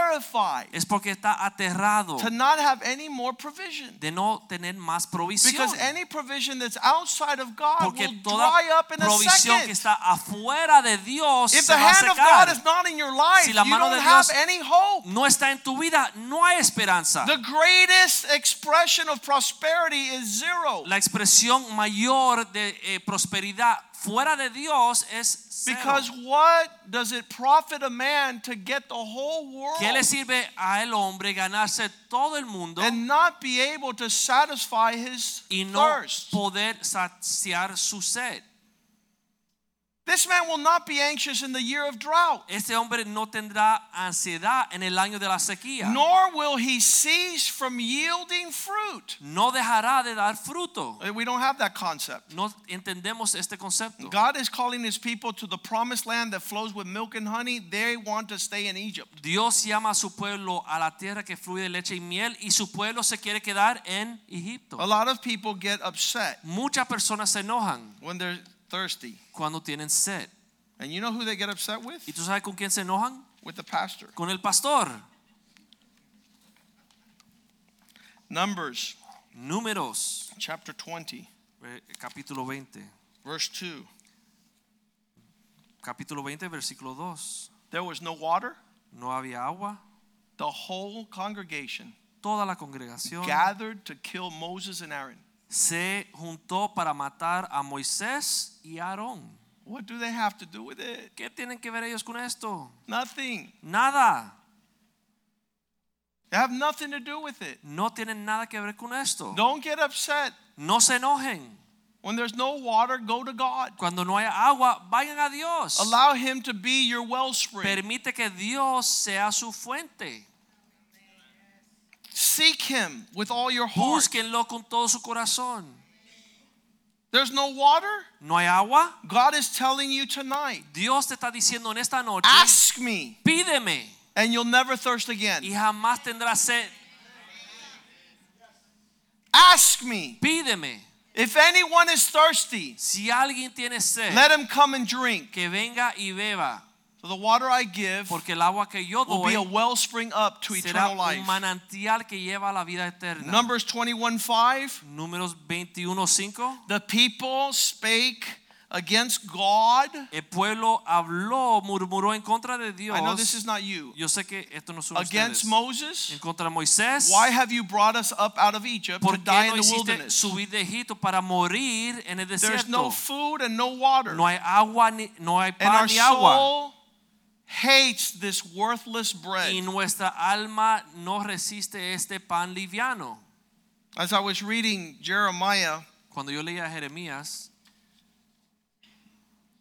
Speaker 1: terrified
Speaker 2: Es porque está aterrado
Speaker 1: to not have any more provision.
Speaker 2: de no tener más provisión.
Speaker 1: Because any provision that's outside of God
Speaker 2: Porque
Speaker 1: will
Speaker 2: toda
Speaker 1: dry up in a
Speaker 2: provisión
Speaker 1: second.
Speaker 2: que está afuera de Dios
Speaker 1: If
Speaker 2: se
Speaker 1: the
Speaker 2: va a
Speaker 1: hand of God is
Speaker 2: secar.
Speaker 1: not in your life,
Speaker 2: Si
Speaker 1: you
Speaker 2: la mano
Speaker 1: don't
Speaker 2: de
Speaker 1: have
Speaker 2: Dios-
Speaker 1: any hope.
Speaker 2: No está en tu vida, no hay esperanza.
Speaker 1: The greatest expression of prosperity is zero.
Speaker 2: La expresión mayor de eh, prosperidad fuera de Dios es cero.
Speaker 1: Because what does it profit a man to get the whole
Speaker 2: ¿Qué le
Speaker 1: world
Speaker 2: sirve al hombre ganarse todo el mundo
Speaker 1: and not be able to satisfy his
Speaker 2: y no
Speaker 1: thirst?
Speaker 2: poder saciar su sed?
Speaker 1: This man will not be anxious in the year of drought,
Speaker 2: Este hombre no tendrá ansiedad en el año de la sequía.
Speaker 1: nor will he cease from yielding fruit.
Speaker 2: no dejará de dar fruto.
Speaker 1: Uh, We don't have that concept.
Speaker 2: No entendemos este concepto.
Speaker 1: God is calling his people to the promised land that flows with milk and honey. They want to stay in Egypt.
Speaker 2: Dios llama a su pueblo a la tierra que fluye leche y miel y su pueblo se quiere quedar en Egipto.
Speaker 1: A lot of people get upset
Speaker 2: Muchas personas se enojan
Speaker 1: when they're thirsty.
Speaker 2: cuando tienen sed.
Speaker 1: And you know who they get upset with?
Speaker 2: ¿Y tú sabes con quién se enojan?
Speaker 1: With the pastor.
Speaker 2: Con el pastor.
Speaker 1: Numbers
Speaker 2: Números,
Speaker 1: chapter 20,
Speaker 2: eh, capítulo 20.
Speaker 1: verse 2.
Speaker 2: Capítulo 20, versículo 2.
Speaker 1: There was no water.
Speaker 2: No había agua.
Speaker 1: The whole congregation
Speaker 2: Toda la congregación
Speaker 1: gathered to kill Moses and Aaron.
Speaker 2: se juntó para matar a Moisés y Aarón.
Speaker 1: What do they have to do with it?
Speaker 2: ¿Qué tienen que ver ellos con esto?
Speaker 1: Nothing.
Speaker 2: Nada.
Speaker 1: They have nothing to do with it.
Speaker 2: No tienen nada que ver con esto.
Speaker 1: Don't get upset.
Speaker 2: No se enojen.
Speaker 1: When there's no water, go to God.
Speaker 2: Cuando no haya agua, vayan a Dios.
Speaker 1: Allow Him to be your wellspring.
Speaker 2: Permite que Dios sea su fuente.
Speaker 1: Seek Him with all your heart.
Speaker 2: Búsquenlo con todo su corazón.
Speaker 1: There's no water?
Speaker 2: ¿No hay agua?
Speaker 1: God is telling you tonight
Speaker 2: Dios te está diciendo en esta noche,
Speaker 1: ask me,
Speaker 2: pídeme
Speaker 1: and you'll never thirst again.
Speaker 2: y jamás tendrás sed.
Speaker 1: Ask me.
Speaker 2: Pídeme.
Speaker 1: If anyone is thirsty,
Speaker 2: Si alguien tiene sed,
Speaker 1: let him come and drink.
Speaker 2: que venga y beba,
Speaker 1: So the water I give
Speaker 2: porque el agua que yo
Speaker 1: will be a
Speaker 2: doy
Speaker 1: wellspring up to
Speaker 2: será
Speaker 1: eternal
Speaker 2: un
Speaker 1: life.
Speaker 2: manantial que lleva a la vida eterna.
Speaker 1: Numbers 21:5
Speaker 2: Números 21:5.
Speaker 1: The people spake against God.
Speaker 2: El pueblo habló, murmuró en contra de Dios.
Speaker 1: I know this is not you.
Speaker 2: Yo sé que esto no son
Speaker 1: Against
Speaker 2: ustedes. En
Speaker 1: Moses.
Speaker 2: contra de Moisés.
Speaker 1: Why have you brought us up out of Egypt to
Speaker 2: ¿Por
Speaker 1: die
Speaker 2: qué
Speaker 1: in
Speaker 2: no
Speaker 1: the
Speaker 2: hiciste
Speaker 1: wilderness?
Speaker 2: subir de Egipto para morir en el
Speaker 1: There's
Speaker 2: desierto?
Speaker 1: no food and no water.
Speaker 2: no hay agua ni no hay
Speaker 1: And
Speaker 2: pan
Speaker 1: our
Speaker 2: ni agua
Speaker 1: soul hates this worthless
Speaker 2: y
Speaker 1: bread.
Speaker 2: nuestra alma no resiste este pan liviano.
Speaker 1: As I was reading Jeremiah
Speaker 2: Cuando yo leía Jeremías,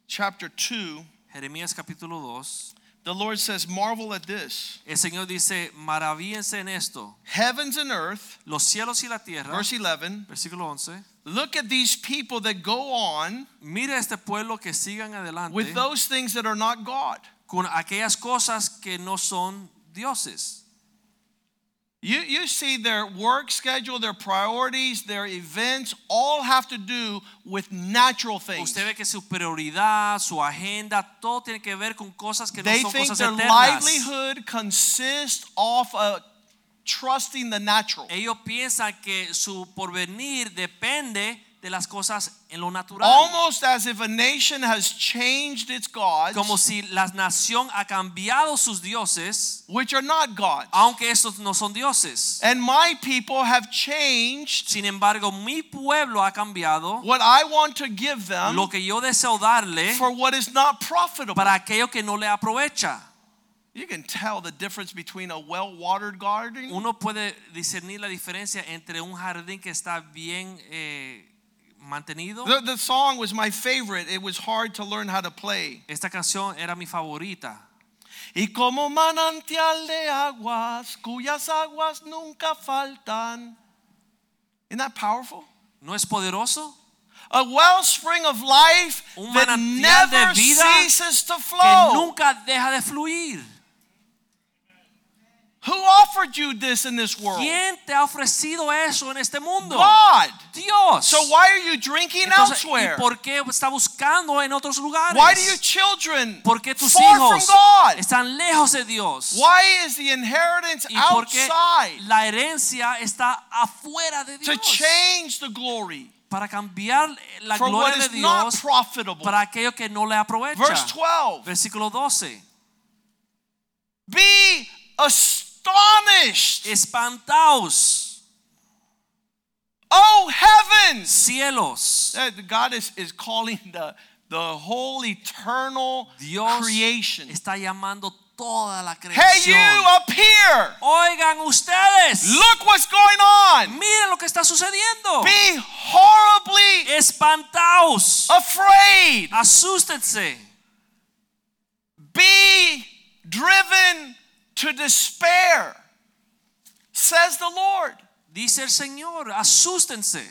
Speaker 1: chapter 2,
Speaker 2: Jeremías capítulo 2,
Speaker 1: the Lord says, Marvel at this.
Speaker 2: el Señor dice, maravíense en esto,
Speaker 1: Heavens and earth,
Speaker 2: los cielos y la tierra,
Speaker 1: verse 11,
Speaker 2: versículo 11,
Speaker 1: look at these people that go on
Speaker 2: mira este pueblo que sigan adelante
Speaker 1: with those things that are not God.
Speaker 2: con aquellas cosas que no son dioses.
Speaker 1: You, you see their work schedule, their priorities, their events all have to do with natural things.
Speaker 2: Usted ve que su prioridad, su agenda, todo tiene que ver con cosas que
Speaker 1: They
Speaker 2: no son
Speaker 1: think
Speaker 2: cosas
Speaker 1: their
Speaker 2: eternas.
Speaker 1: livelihood consists of uh, trusting the natural.
Speaker 2: Ellos piensan que su porvenir depende de las cosas en lo natural.
Speaker 1: Almost as if a nation has changed its gods,
Speaker 2: Como si la nación ha cambiado sus dioses,
Speaker 1: which are not gods.
Speaker 2: aunque estos no son dioses.
Speaker 1: And my people have changed
Speaker 2: Sin embargo, mi pueblo ha cambiado
Speaker 1: what I want to give them
Speaker 2: lo que yo deseo darle
Speaker 1: for what is not profitable.
Speaker 2: para aquello que no le aprovecha.
Speaker 1: You can tell the difference between a well-watered garden
Speaker 2: Uno puede discernir la diferencia entre un jardín que está bien eh, mantenido.
Speaker 1: The, the song was my favorite. It was hard to learn how to play.
Speaker 2: Esta canción era mi favorita.
Speaker 1: Y como manantial de aguas, cuyas aguas nunca faltan. Isn't that powerful?
Speaker 2: ¿No es poderoso?
Speaker 1: A wellspring of life
Speaker 2: Un
Speaker 1: that
Speaker 2: manantial
Speaker 1: never
Speaker 2: de vida
Speaker 1: ceases to
Speaker 2: que
Speaker 1: flow.
Speaker 2: nunca deja de fluir.
Speaker 1: Who offered you this in this world?
Speaker 2: ¿Quién te ha ofrecido eso en este mundo?
Speaker 1: God.
Speaker 2: Dios.
Speaker 1: So why are you drinking
Speaker 2: Entonces,
Speaker 1: elsewhere?
Speaker 2: ¿Y por qué está buscando en otros lugares?
Speaker 1: Why do your children
Speaker 2: ¿Por qué tus
Speaker 1: far
Speaker 2: hijos
Speaker 1: from God?
Speaker 2: están lejos de Dios?
Speaker 1: Why is the inheritance
Speaker 2: ¿Y por qué
Speaker 1: outside
Speaker 2: la herencia está afuera de
Speaker 1: to
Speaker 2: Dios?
Speaker 1: change the glory
Speaker 2: Para cambiar la
Speaker 1: for
Speaker 2: gloria
Speaker 1: what
Speaker 2: de
Speaker 1: is not
Speaker 2: Dios
Speaker 1: profitable?
Speaker 2: para aquello que no le aprovecha.
Speaker 1: Verse 12.
Speaker 2: Versículo 12.
Speaker 1: Be astonished,
Speaker 2: Espantaos, Oh,
Speaker 1: O heavens!
Speaker 2: cielos.
Speaker 1: That God is, is calling the, the whole eternal
Speaker 2: Dios
Speaker 1: creation.
Speaker 2: está llamando toda la
Speaker 1: Hey,
Speaker 2: creación.
Speaker 1: you up here!
Speaker 2: Oigan ustedes,
Speaker 1: Look what's going on!
Speaker 2: miren lo que está sucediendo.
Speaker 1: Be Oh. horribly
Speaker 2: Espantaos,
Speaker 1: afraid!
Speaker 2: asústense,
Speaker 1: Be driven to despair, says the Lord.
Speaker 2: dice el Señor, asústense.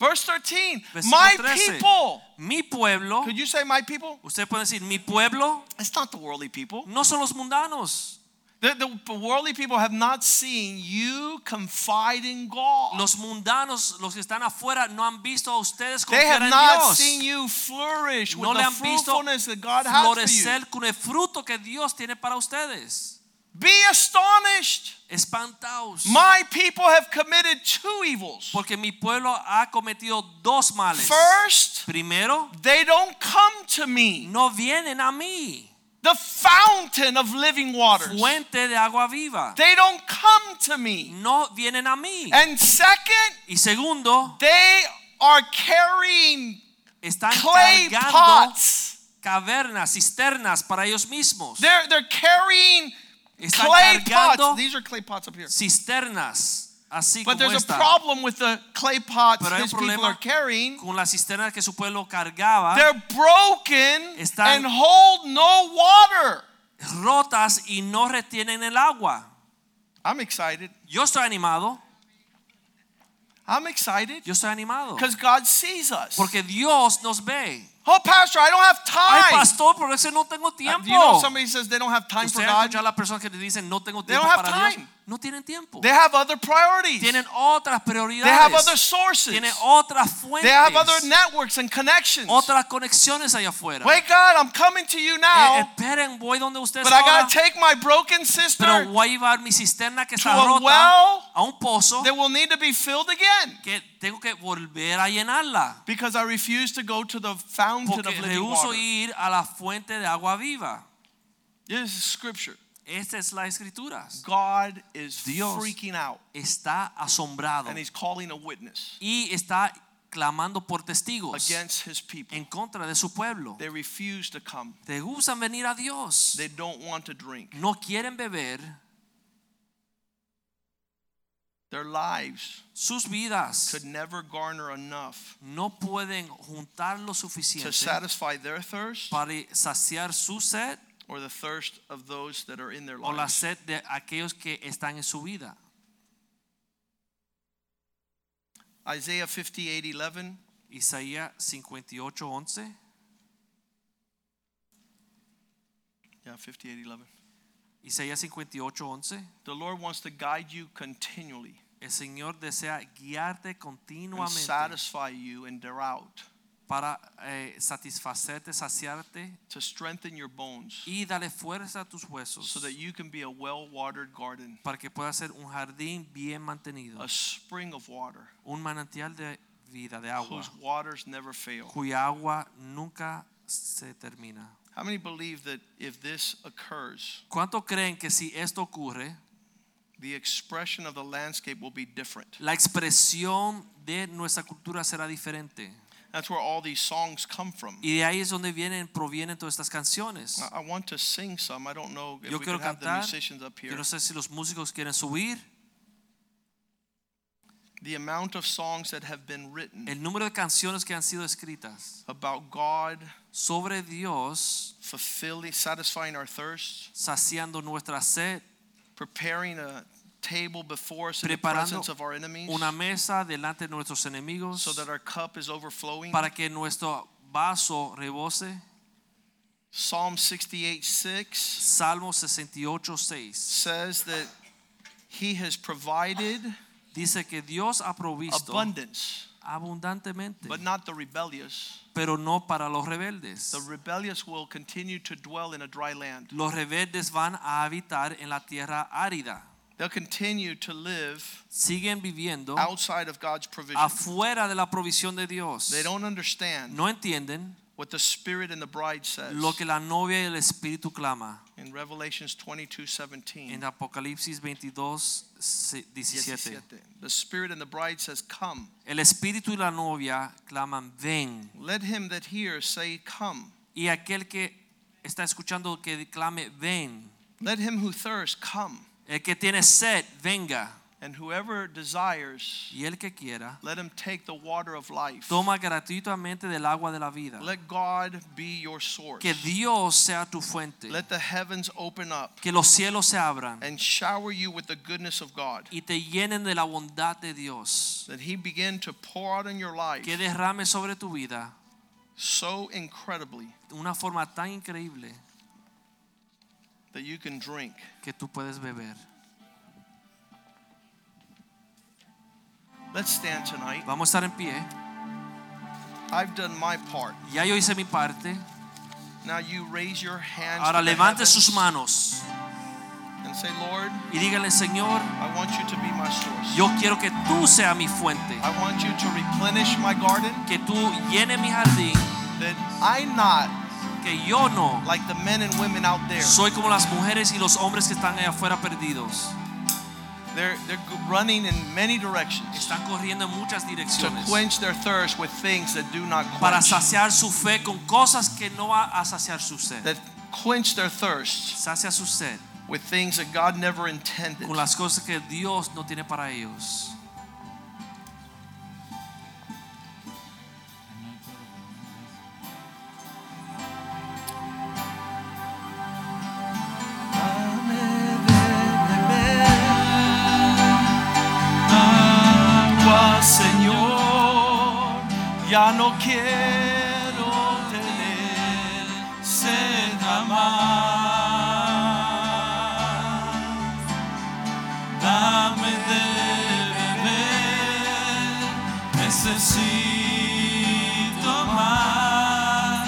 Speaker 1: Verse 13
Speaker 2: Versículo
Speaker 1: My
Speaker 2: 13.
Speaker 1: people.
Speaker 2: Mi pueblo,
Speaker 1: Could you say my people?
Speaker 2: usted puede decir, mi pueblo
Speaker 1: It's not the worldly people.
Speaker 2: no son los mundanos.
Speaker 1: The, the worldly people have not seen you confide in God.
Speaker 2: Los mundanos, los que están afuera, no han visto a ustedes
Speaker 1: they
Speaker 2: confiar
Speaker 1: have
Speaker 2: en
Speaker 1: not
Speaker 2: Dios.
Speaker 1: seen you flourish with
Speaker 2: no le
Speaker 1: the
Speaker 2: han visto
Speaker 1: fruitfulness that God has for you.
Speaker 2: florecer con el fruto que Dios tiene para ustedes.
Speaker 1: Be astonished.
Speaker 2: Espantaos,
Speaker 1: My people have committed two evils.
Speaker 2: porque mi pueblo ha cometido dos males.
Speaker 1: First,
Speaker 2: Primero,
Speaker 1: they don't come to me,
Speaker 2: no vienen a mí,
Speaker 1: the fountain of living waters.
Speaker 2: fuente de agua viva.
Speaker 1: They Eh- don't come to me.
Speaker 2: No vienen a mí.
Speaker 1: And second,
Speaker 2: Y segundo,
Speaker 1: they are carrying
Speaker 2: están
Speaker 1: clay
Speaker 2: cargando
Speaker 1: pots.
Speaker 2: cavernas, cisternas para ellos mismos.
Speaker 1: They're they're carrying
Speaker 2: Están
Speaker 1: clay
Speaker 2: cargando
Speaker 1: pots. These are clay pots up here.
Speaker 2: cisternas, así
Speaker 1: But
Speaker 2: como
Speaker 1: there's a
Speaker 2: esta,
Speaker 1: problem with the clay pots
Speaker 2: Pero hay un
Speaker 1: these people
Speaker 2: problema
Speaker 1: are carrying.
Speaker 2: con las cisternas que su pueblo cargaba,
Speaker 1: They're broken
Speaker 2: Están-
Speaker 1: and hold no water.
Speaker 2: rotas y no retienen el agua.
Speaker 1: I'm excited.
Speaker 2: Yo estoy animado,
Speaker 1: I'm excited
Speaker 2: yo estoy animado,
Speaker 1: because God sees us.
Speaker 2: porque Dios nos ve.
Speaker 1: Oh, pastor, I don't have
Speaker 2: Ay,
Speaker 1: time.
Speaker 2: pastor, por eso no tengo
Speaker 1: Uh,
Speaker 2: tiempo.
Speaker 1: do you know somebody says they don't have time for
Speaker 2: Usted ha
Speaker 1: God?
Speaker 2: escuchado a las personas que te dicen no tengo
Speaker 1: They
Speaker 2: tiempo
Speaker 1: don't have
Speaker 2: para Dios.
Speaker 1: time.
Speaker 2: No tienen tiempo.
Speaker 1: They have other priorities. They
Speaker 2: Tienen
Speaker 1: have
Speaker 2: otras
Speaker 1: other
Speaker 2: prioridades.
Speaker 1: sources.
Speaker 2: Tienen otras
Speaker 1: They have other
Speaker 2: fuentes.
Speaker 1: networks and connections.
Speaker 2: Otras conexiones allá afuera.
Speaker 1: Wake up, I'm coming to you
Speaker 2: Eh,
Speaker 1: now.
Speaker 2: esperen, voy donde ustedes
Speaker 1: But I
Speaker 2: ahora,
Speaker 1: gotta take my broken sister
Speaker 2: pero voy a llevar mi cisterna que
Speaker 1: to
Speaker 2: está
Speaker 1: a
Speaker 2: rota
Speaker 1: well
Speaker 2: a un pozo
Speaker 1: that will need to be filled again
Speaker 2: que tengo que volver a llenarla
Speaker 1: because I refuse to go to the fountain
Speaker 2: porque
Speaker 1: of living water.
Speaker 2: rehuso ir a la fuente de agua viva.
Speaker 1: This is scripture.
Speaker 2: Esta es la escritura.
Speaker 1: God is
Speaker 2: Dios.
Speaker 1: freaking out
Speaker 2: Está asombrado
Speaker 1: and he's calling a witness
Speaker 2: y está clamando por testigos
Speaker 1: against his people.
Speaker 2: en contra de su pueblo.
Speaker 1: They refuse to come.
Speaker 2: Te gustan venir a Dios.
Speaker 1: They don't want to drink.
Speaker 2: No quieren beber.
Speaker 1: Their lives
Speaker 2: Sus
Speaker 1: could
Speaker 2: vidas
Speaker 1: never garner enough
Speaker 2: no pueden juntar lo
Speaker 1: to
Speaker 2: suficiente
Speaker 1: satisfy their thirst
Speaker 2: para saciar su sed
Speaker 1: or the thirst of those that are in their
Speaker 2: o la
Speaker 1: lives.
Speaker 2: sed de aquellos que están en su vida.
Speaker 1: Isaiah 58 11.
Speaker 2: Isaías 58, 11.
Speaker 1: Yeah, 58 11.
Speaker 2: Isaías 58, 11.
Speaker 1: The Lord wants to guide you continually
Speaker 2: El Señor desea guiarte
Speaker 1: and
Speaker 2: continuamente
Speaker 1: satisfy you in drought
Speaker 2: para eh, satisfacerte, saciarte
Speaker 1: to strengthen your bones
Speaker 2: y darle fuerza a tus
Speaker 1: so
Speaker 2: huesos
Speaker 1: that you can be a well watered garden,
Speaker 2: para que puedas ser un jardín bien mantenido,
Speaker 1: a spring of water
Speaker 2: un manantial de vida, de agua.
Speaker 1: whose waters never fail.
Speaker 2: cuya agua nunca se termina.
Speaker 1: How many believe that if this occurs,
Speaker 2: ¿Cuánto creen que si esto ocurre,
Speaker 1: the expression of the landscape will be different?
Speaker 2: la expresión de nuestra cultura será diferente?
Speaker 1: That's where all these songs come from.
Speaker 2: Y de ahí es donde vienen, provienen todas estas canciones.
Speaker 1: I- I want to sing some. I don't know if
Speaker 2: Yo
Speaker 1: we
Speaker 2: quiero
Speaker 1: could have the
Speaker 2: cantar.
Speaker 1: musicians up here.
Speaker 2: Yo no sé si los músicos quieren subir.
Speaker 1: The amount of songs that have been written
Speaker 2: El número de canciones que han sido escritas
Speaker 1: about God
Speaker 2: sobre Dios
Speaker 1: fulfilling, satisfying our thirst,
Speaker 2: saciando nuestra sed,
Speaker 1: preparing a table before us in the
Speaker 2: Preparando
Speaker 1: presence of our enemies,
Speaker 2: una mesa delante de nuestros enemigos
Speaker 1: so that our cup is overflowing.
Speaker 2: para que nuestro vaso rebose.
Speaker 1: Psalm 68 6
Speaker 2: Salmo 68, 6.
Speaker 1: says that He has provided
Speaker 2: Dice que Dios ha provisto
Speaker 1: abundance,
Speaker 2: abundantemente,
Speaker 1: but not the rebellious.
Speaker 2: pero no para los rebeldes.
Speaker 1: The rebellious will continue to dwell in a dry land,
Speaker 2: Los rebeldes van a habitar en la tierra árida.
Speaker 1: they'll continue to live
Speaker 2: Siguen viviendo
Speaker 1: outside of God's provision.
Speaker 2: afuera de la provisión de Dios.
Speaker 1: They don't understand
Speaker 2: No entienden
Speaker 1: what the Spirit and the bride says
Speaker 2: lo que la novia y el espíritu clama
Speaker 1: in Revelations 22 17.
Speaker 2: en Apocalipsis 22, se- 17.
Speaker 1: 17. The Spirit and the bride says, Come.
Speaker 2: El espíritu y la novia claman, ven.
Speaker 1: Let him that hears say, Come.
Speaker 2: Y aquel que está escuchando que clame, ven.
Speaker 1: Let him who thirsts come.
Speaker 2: El que tiene sed, venga.
Speaker 1: And whoever desires,
Speaker 2: Y el que quiera,
Speaker 1: let him take the water of life.
Speaker 2: toma gratuitamente del agua de la vida.
Speaker 1: Let God be your source.
Speaker 2: Que Dios sea tu fuente.
Speaker 1: Let the heavens open up
Speaker 2: Que los cielos se abran
Speaker 1: and shower you with the goodness of God.
Speaker 2: y te llenen de la bondad de Dios.
Speaker 1: That he begin to pour out in your life
Speaker 2: Que derrame sobre tu vida
Speaker 1: so incredibly
Speaker 2: de una forma tan increíble
Speaker 1: that you can drink.
Speaker 2: que tú puedes beber.
Speaker 1: Let's stand tonight.
Speaker 2: Vamos a estar en pie.
Speaker 1: I've done my part.
Speaker 2: Ya yo hice mi parte.
Speaker 1: Now you raise your hands
Speaker 2: Ahora
Speaker 1: to the
Speaker 2: levante
Speaker 1: heavens
Speaker 2: sus manos
Speaker 1: and say, Lord,
Speaker 2: y dígale, Señor,
Speaker 1: I want you to be my source.
Speaker 2: yo quiero que tú seas mi fuente.
Speaker 1: I want you to replenish my garden
Speaker 2: Que tú llenes mi jardín.
Speaker 1: that I not
Speaker 2: Que yo no
Speaker 1: like the men and women out there.
Speaker 2: Soy como las mujeres y los hombres que están allá afuera perdidos.
Speaker 1: They're they're g- running in many directions
Speaker 2: Están corriendo en muchas
Speaker 1: to
Speaker 2: direcciones
Speaker 1: quench their thirst with things that do not
Speaker 2: para
Speaker 1: quench.
Speaker 2: saciar su fe con cosas que no va a saciar su sed.
Speaker 1: That quench their thirst
Speaker 2: Sacia su sed
Speaker 1: with things that God never intended.
Speaker 2: con las cosas que Dios no tiene para ellos.
Speaker 1: Agua, Señor, ya no quiero tener sed más. Dame de beber, necesito más.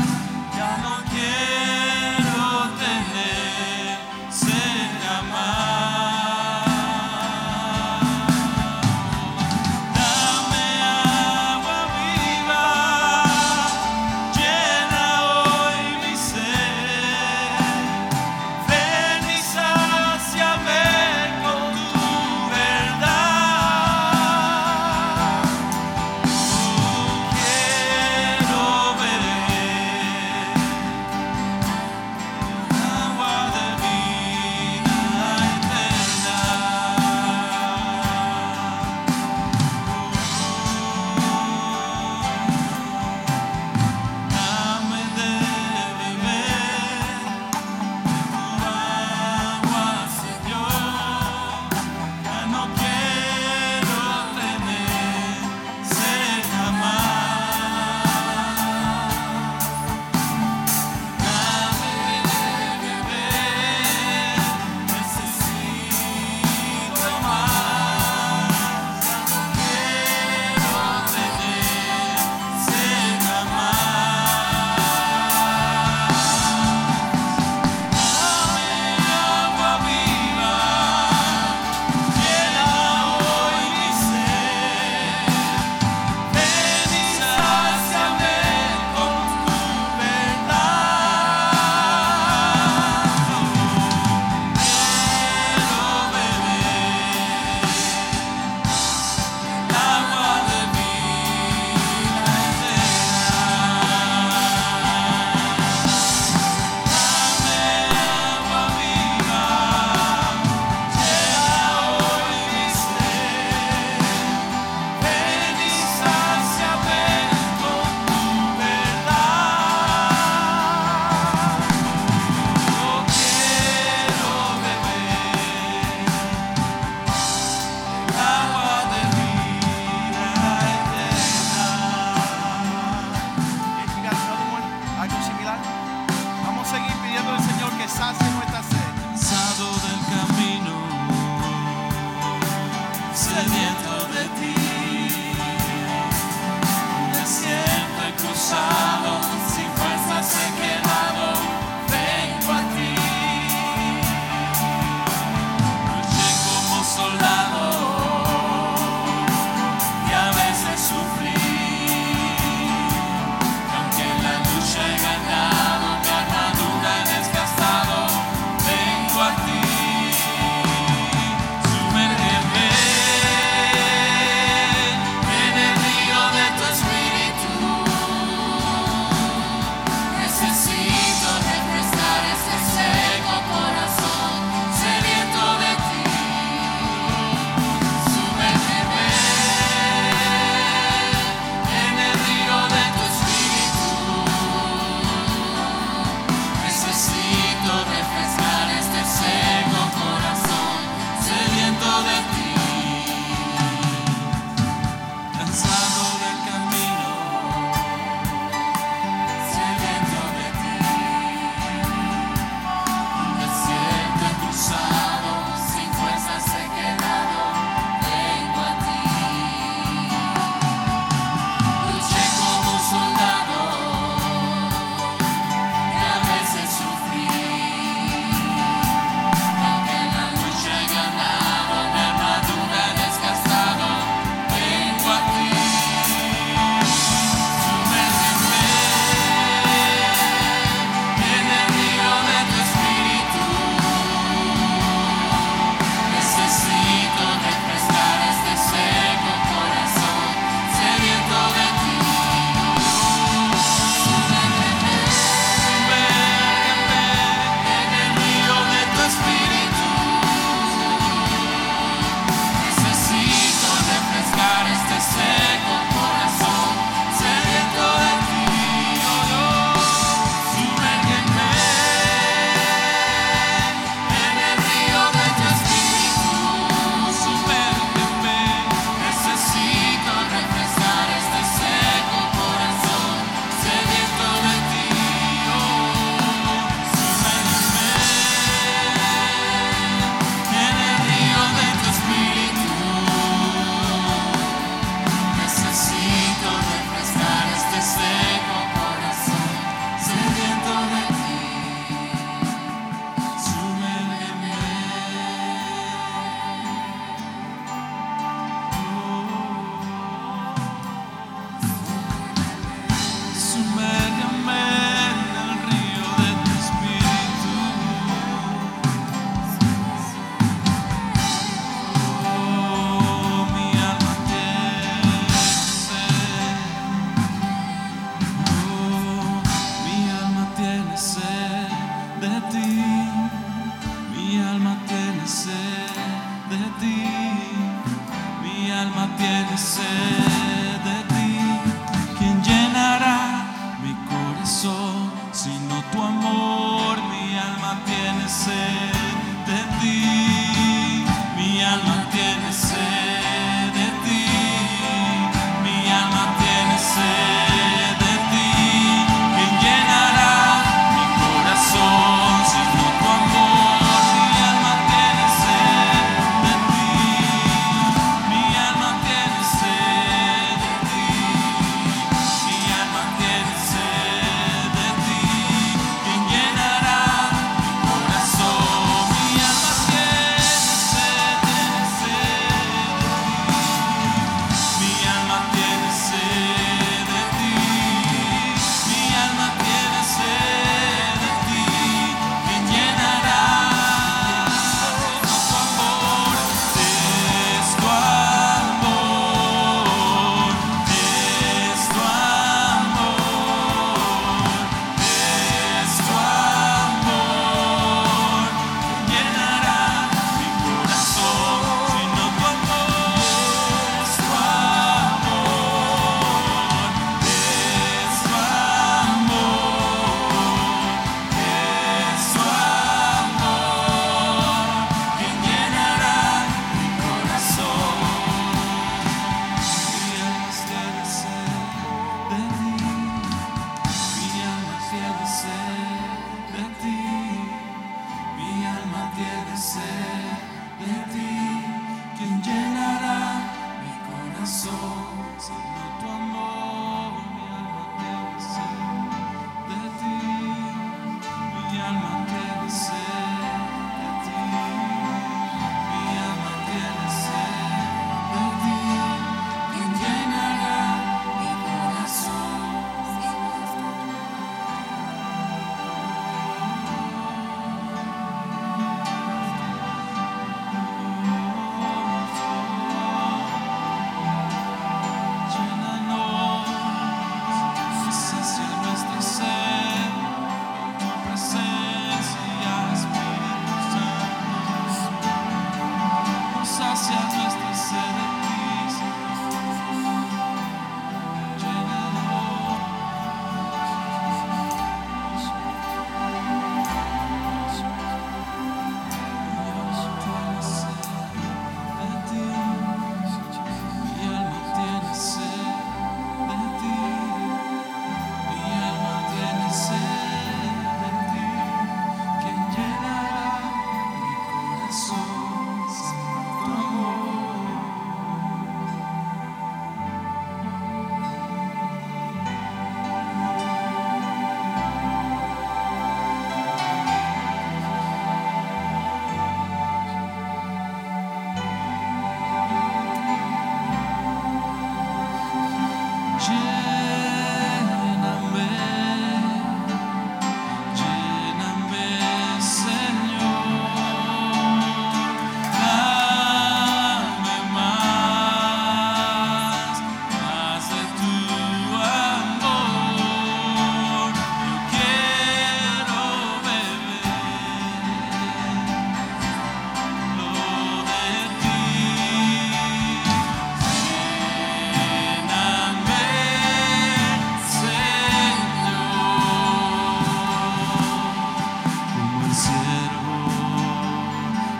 Speaker 1: Ya no quiero tener sed más. Dame agua viva.
Speaker 3: sed de ti, quien llenará mi corazón, siendo tu amor, mi alma tiene sed de ti, mi alma tiene sed de ti, mi alma tiene sed de ti, quien llenará mi corazón, siendo tu amor. Llénanos, sacia nuestra sed con tu presencia, Espíritu Santo. Sacia nuestra sed de ti, llénanos. Dios tiene sed de ti. Mi alma tiene sed de ti, mi alma tiene sed de ti, quien llenará mi corazón sin tu amor. Lléname, lléname, Señor, dame más, más de tu amor. Yo quiero beber lo de ti. Lléname, Señor, como el ciervo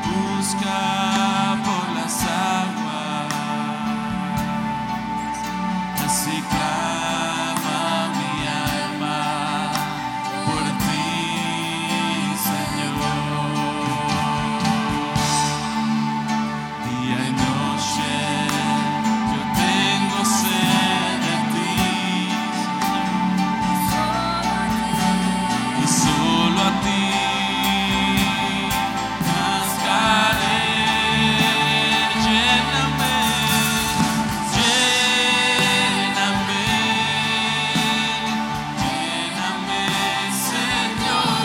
Speaker 3: busca por las aguas, así clama mi alma por ti, Señor. Día y noche. Yo tengo sed de ti y solo a ti buscaré. Lléname, lléname, lléname, Señor.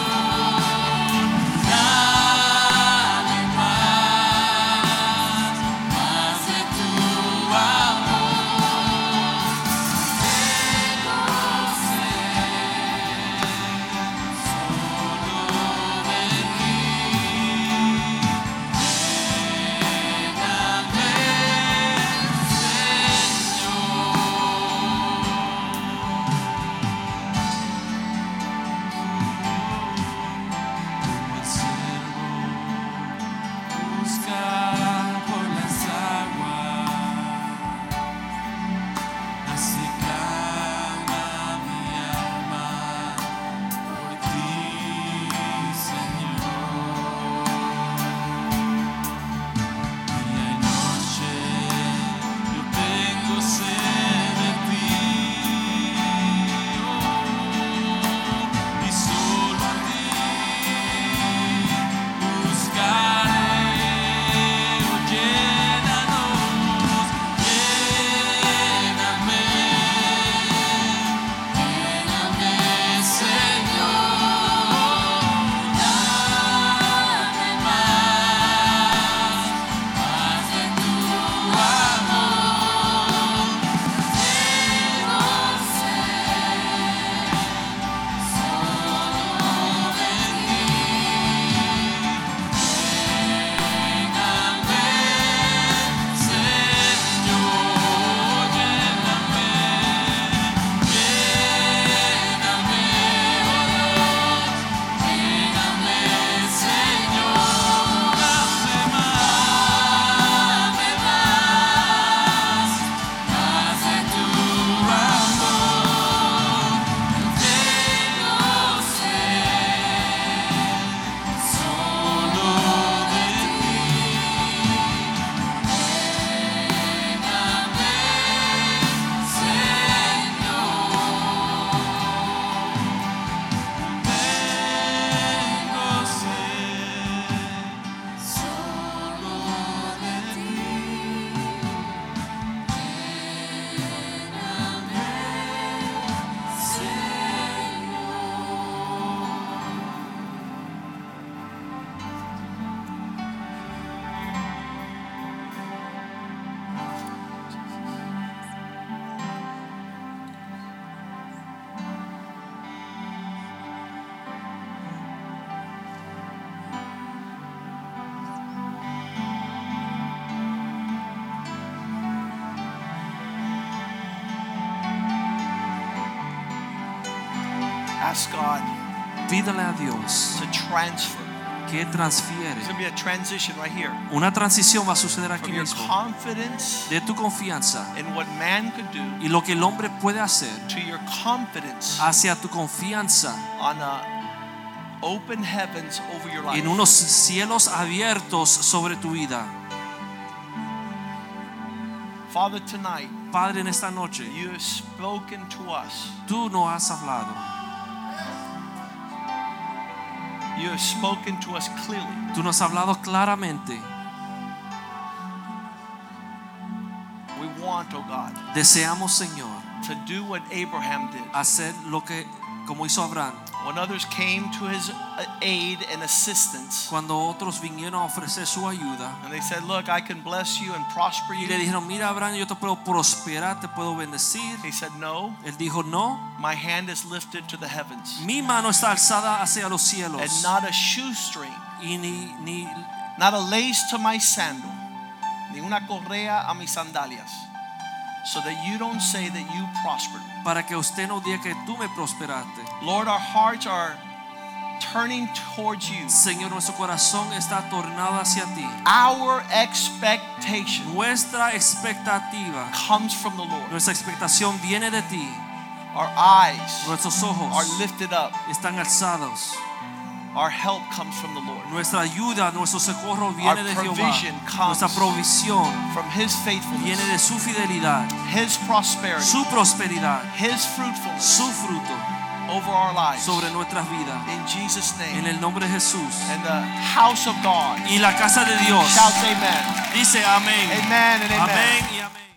Speaker 3: Dame más, más de tu amor. Quiero ser solo de ti. Lléname, Señor. Como el ciervo busca por las aguas, así clama mi alma por ti, Señor. Día y noche yo tengo sed de ti, y solo a ti. Buscaré,
Speaker 1: Ask God
Speaker 2: Pídale a Dios
Speaker 1: to transfer.
Speaker 2: que
Speaker 1: There's
Speaker 2: transfiere.
Speaker 1: going to be a transition right here
Speaker 2: Una transición va a suceder aquí
Speaker 1: from your
Speaker 2: mismo.
Speaker 1: confidence
Speaker 2: De tu confianza
Speaker 1: in what man could do
Speaker 2: y lo que el hombre puede hacer
Speaker 1: to your confidence
Speaker 2: hacia tu confianza
Speaker 1: on a open heavens over your life.
Speaker 2: en unos cielos abiertos sobre tu vida.
Speaker 1: Father, tonight
Speaker 2: Padre, en esta noche
Speaker 1: you have spoken to us.
Speaker 2: tú no has hablado.
Speaker 1: You have spoken to us clearly.
Speaker 2: Tú nos has hablado claramente.
Speaker 1: We want, oh God,
Speaker 2: Deseamos, Señor,
Speaker 1: to do what Abraham did.
Speaker 2: hacer lo que como hizo Abraham
Speaker 1: When others came to his uh, aid and assistance,
Speaker 2: cuando otros vinieron a ofrecer su ayuda
Speaker 1: and they said, Look, I can bless you and prosper
Speaker 2: y le
Speaker 1: you.
Speaker 2: dijeron mira Abraham yo te puedo prosperar te puedo bendecir
Speaker 1: He said, No,
Speaker 2: él dijo no
Speaker 1: my hand is lifted to the heavens,
Speaker 2: mi mano está alzada hacia los
Speaker 1: and
Speaker 2: cielos
Speaker 1: not a shoestring,
Speaker 2: y ni, ni
Speaker 1: not a lace to my sandal, ni una correa a mis sandalias, so that you don't say that you prospered.
Speaker 2: para que usted no diga que tú me prosperaste
Speaker 1: Lord, our hearts are turning towards you.
Speaker 2: Señor nuestro corazón está tornado hacia ti
Speaker 1: Our expectation
Speaker 2: nuestra expectativa
Speaker 1: comes from the Lord.
Speaker 2: nuestra expectación viene de ti
Speaker 1: Our eyes
Speaker 2: nuestros
Speaker 1: are
Speaker 2: ojos
Speaker 1: lifted up.
Speaker 2: están alzados
Speaker 1: Our help comes from the Lord,
Speaker 2: nuestra ayuda nuestro socorro viene
Speaker 1: Our
Speaker 2: de Jehová
Speaker 1: provision comes
Speaker 2: nuestra provisión
Speaker 1: from His faithfulness,
Speaker 2: viene de su fidelidad,
Speaker 1: His prosperity,
Speaker 2: su prosperidad,
Speaker 1: His fruitfulness
Speaker 2: su fruto
Speaker 1: over our lives.
Speaker 2: sobre nuestras vidas.
Speaker 1: In Jesus'
Speaker 2: En
Speaker 1: name.
Speaker 2: el nombre de Jesús.
Speaker 1: And the house of God
Speaker 2: Y la casa de Dios
Speaker 1: shouts amen.
Speaker 2: dice amén.
Speaker 1: Amen and amen.
Speaker 2: Amén y amén.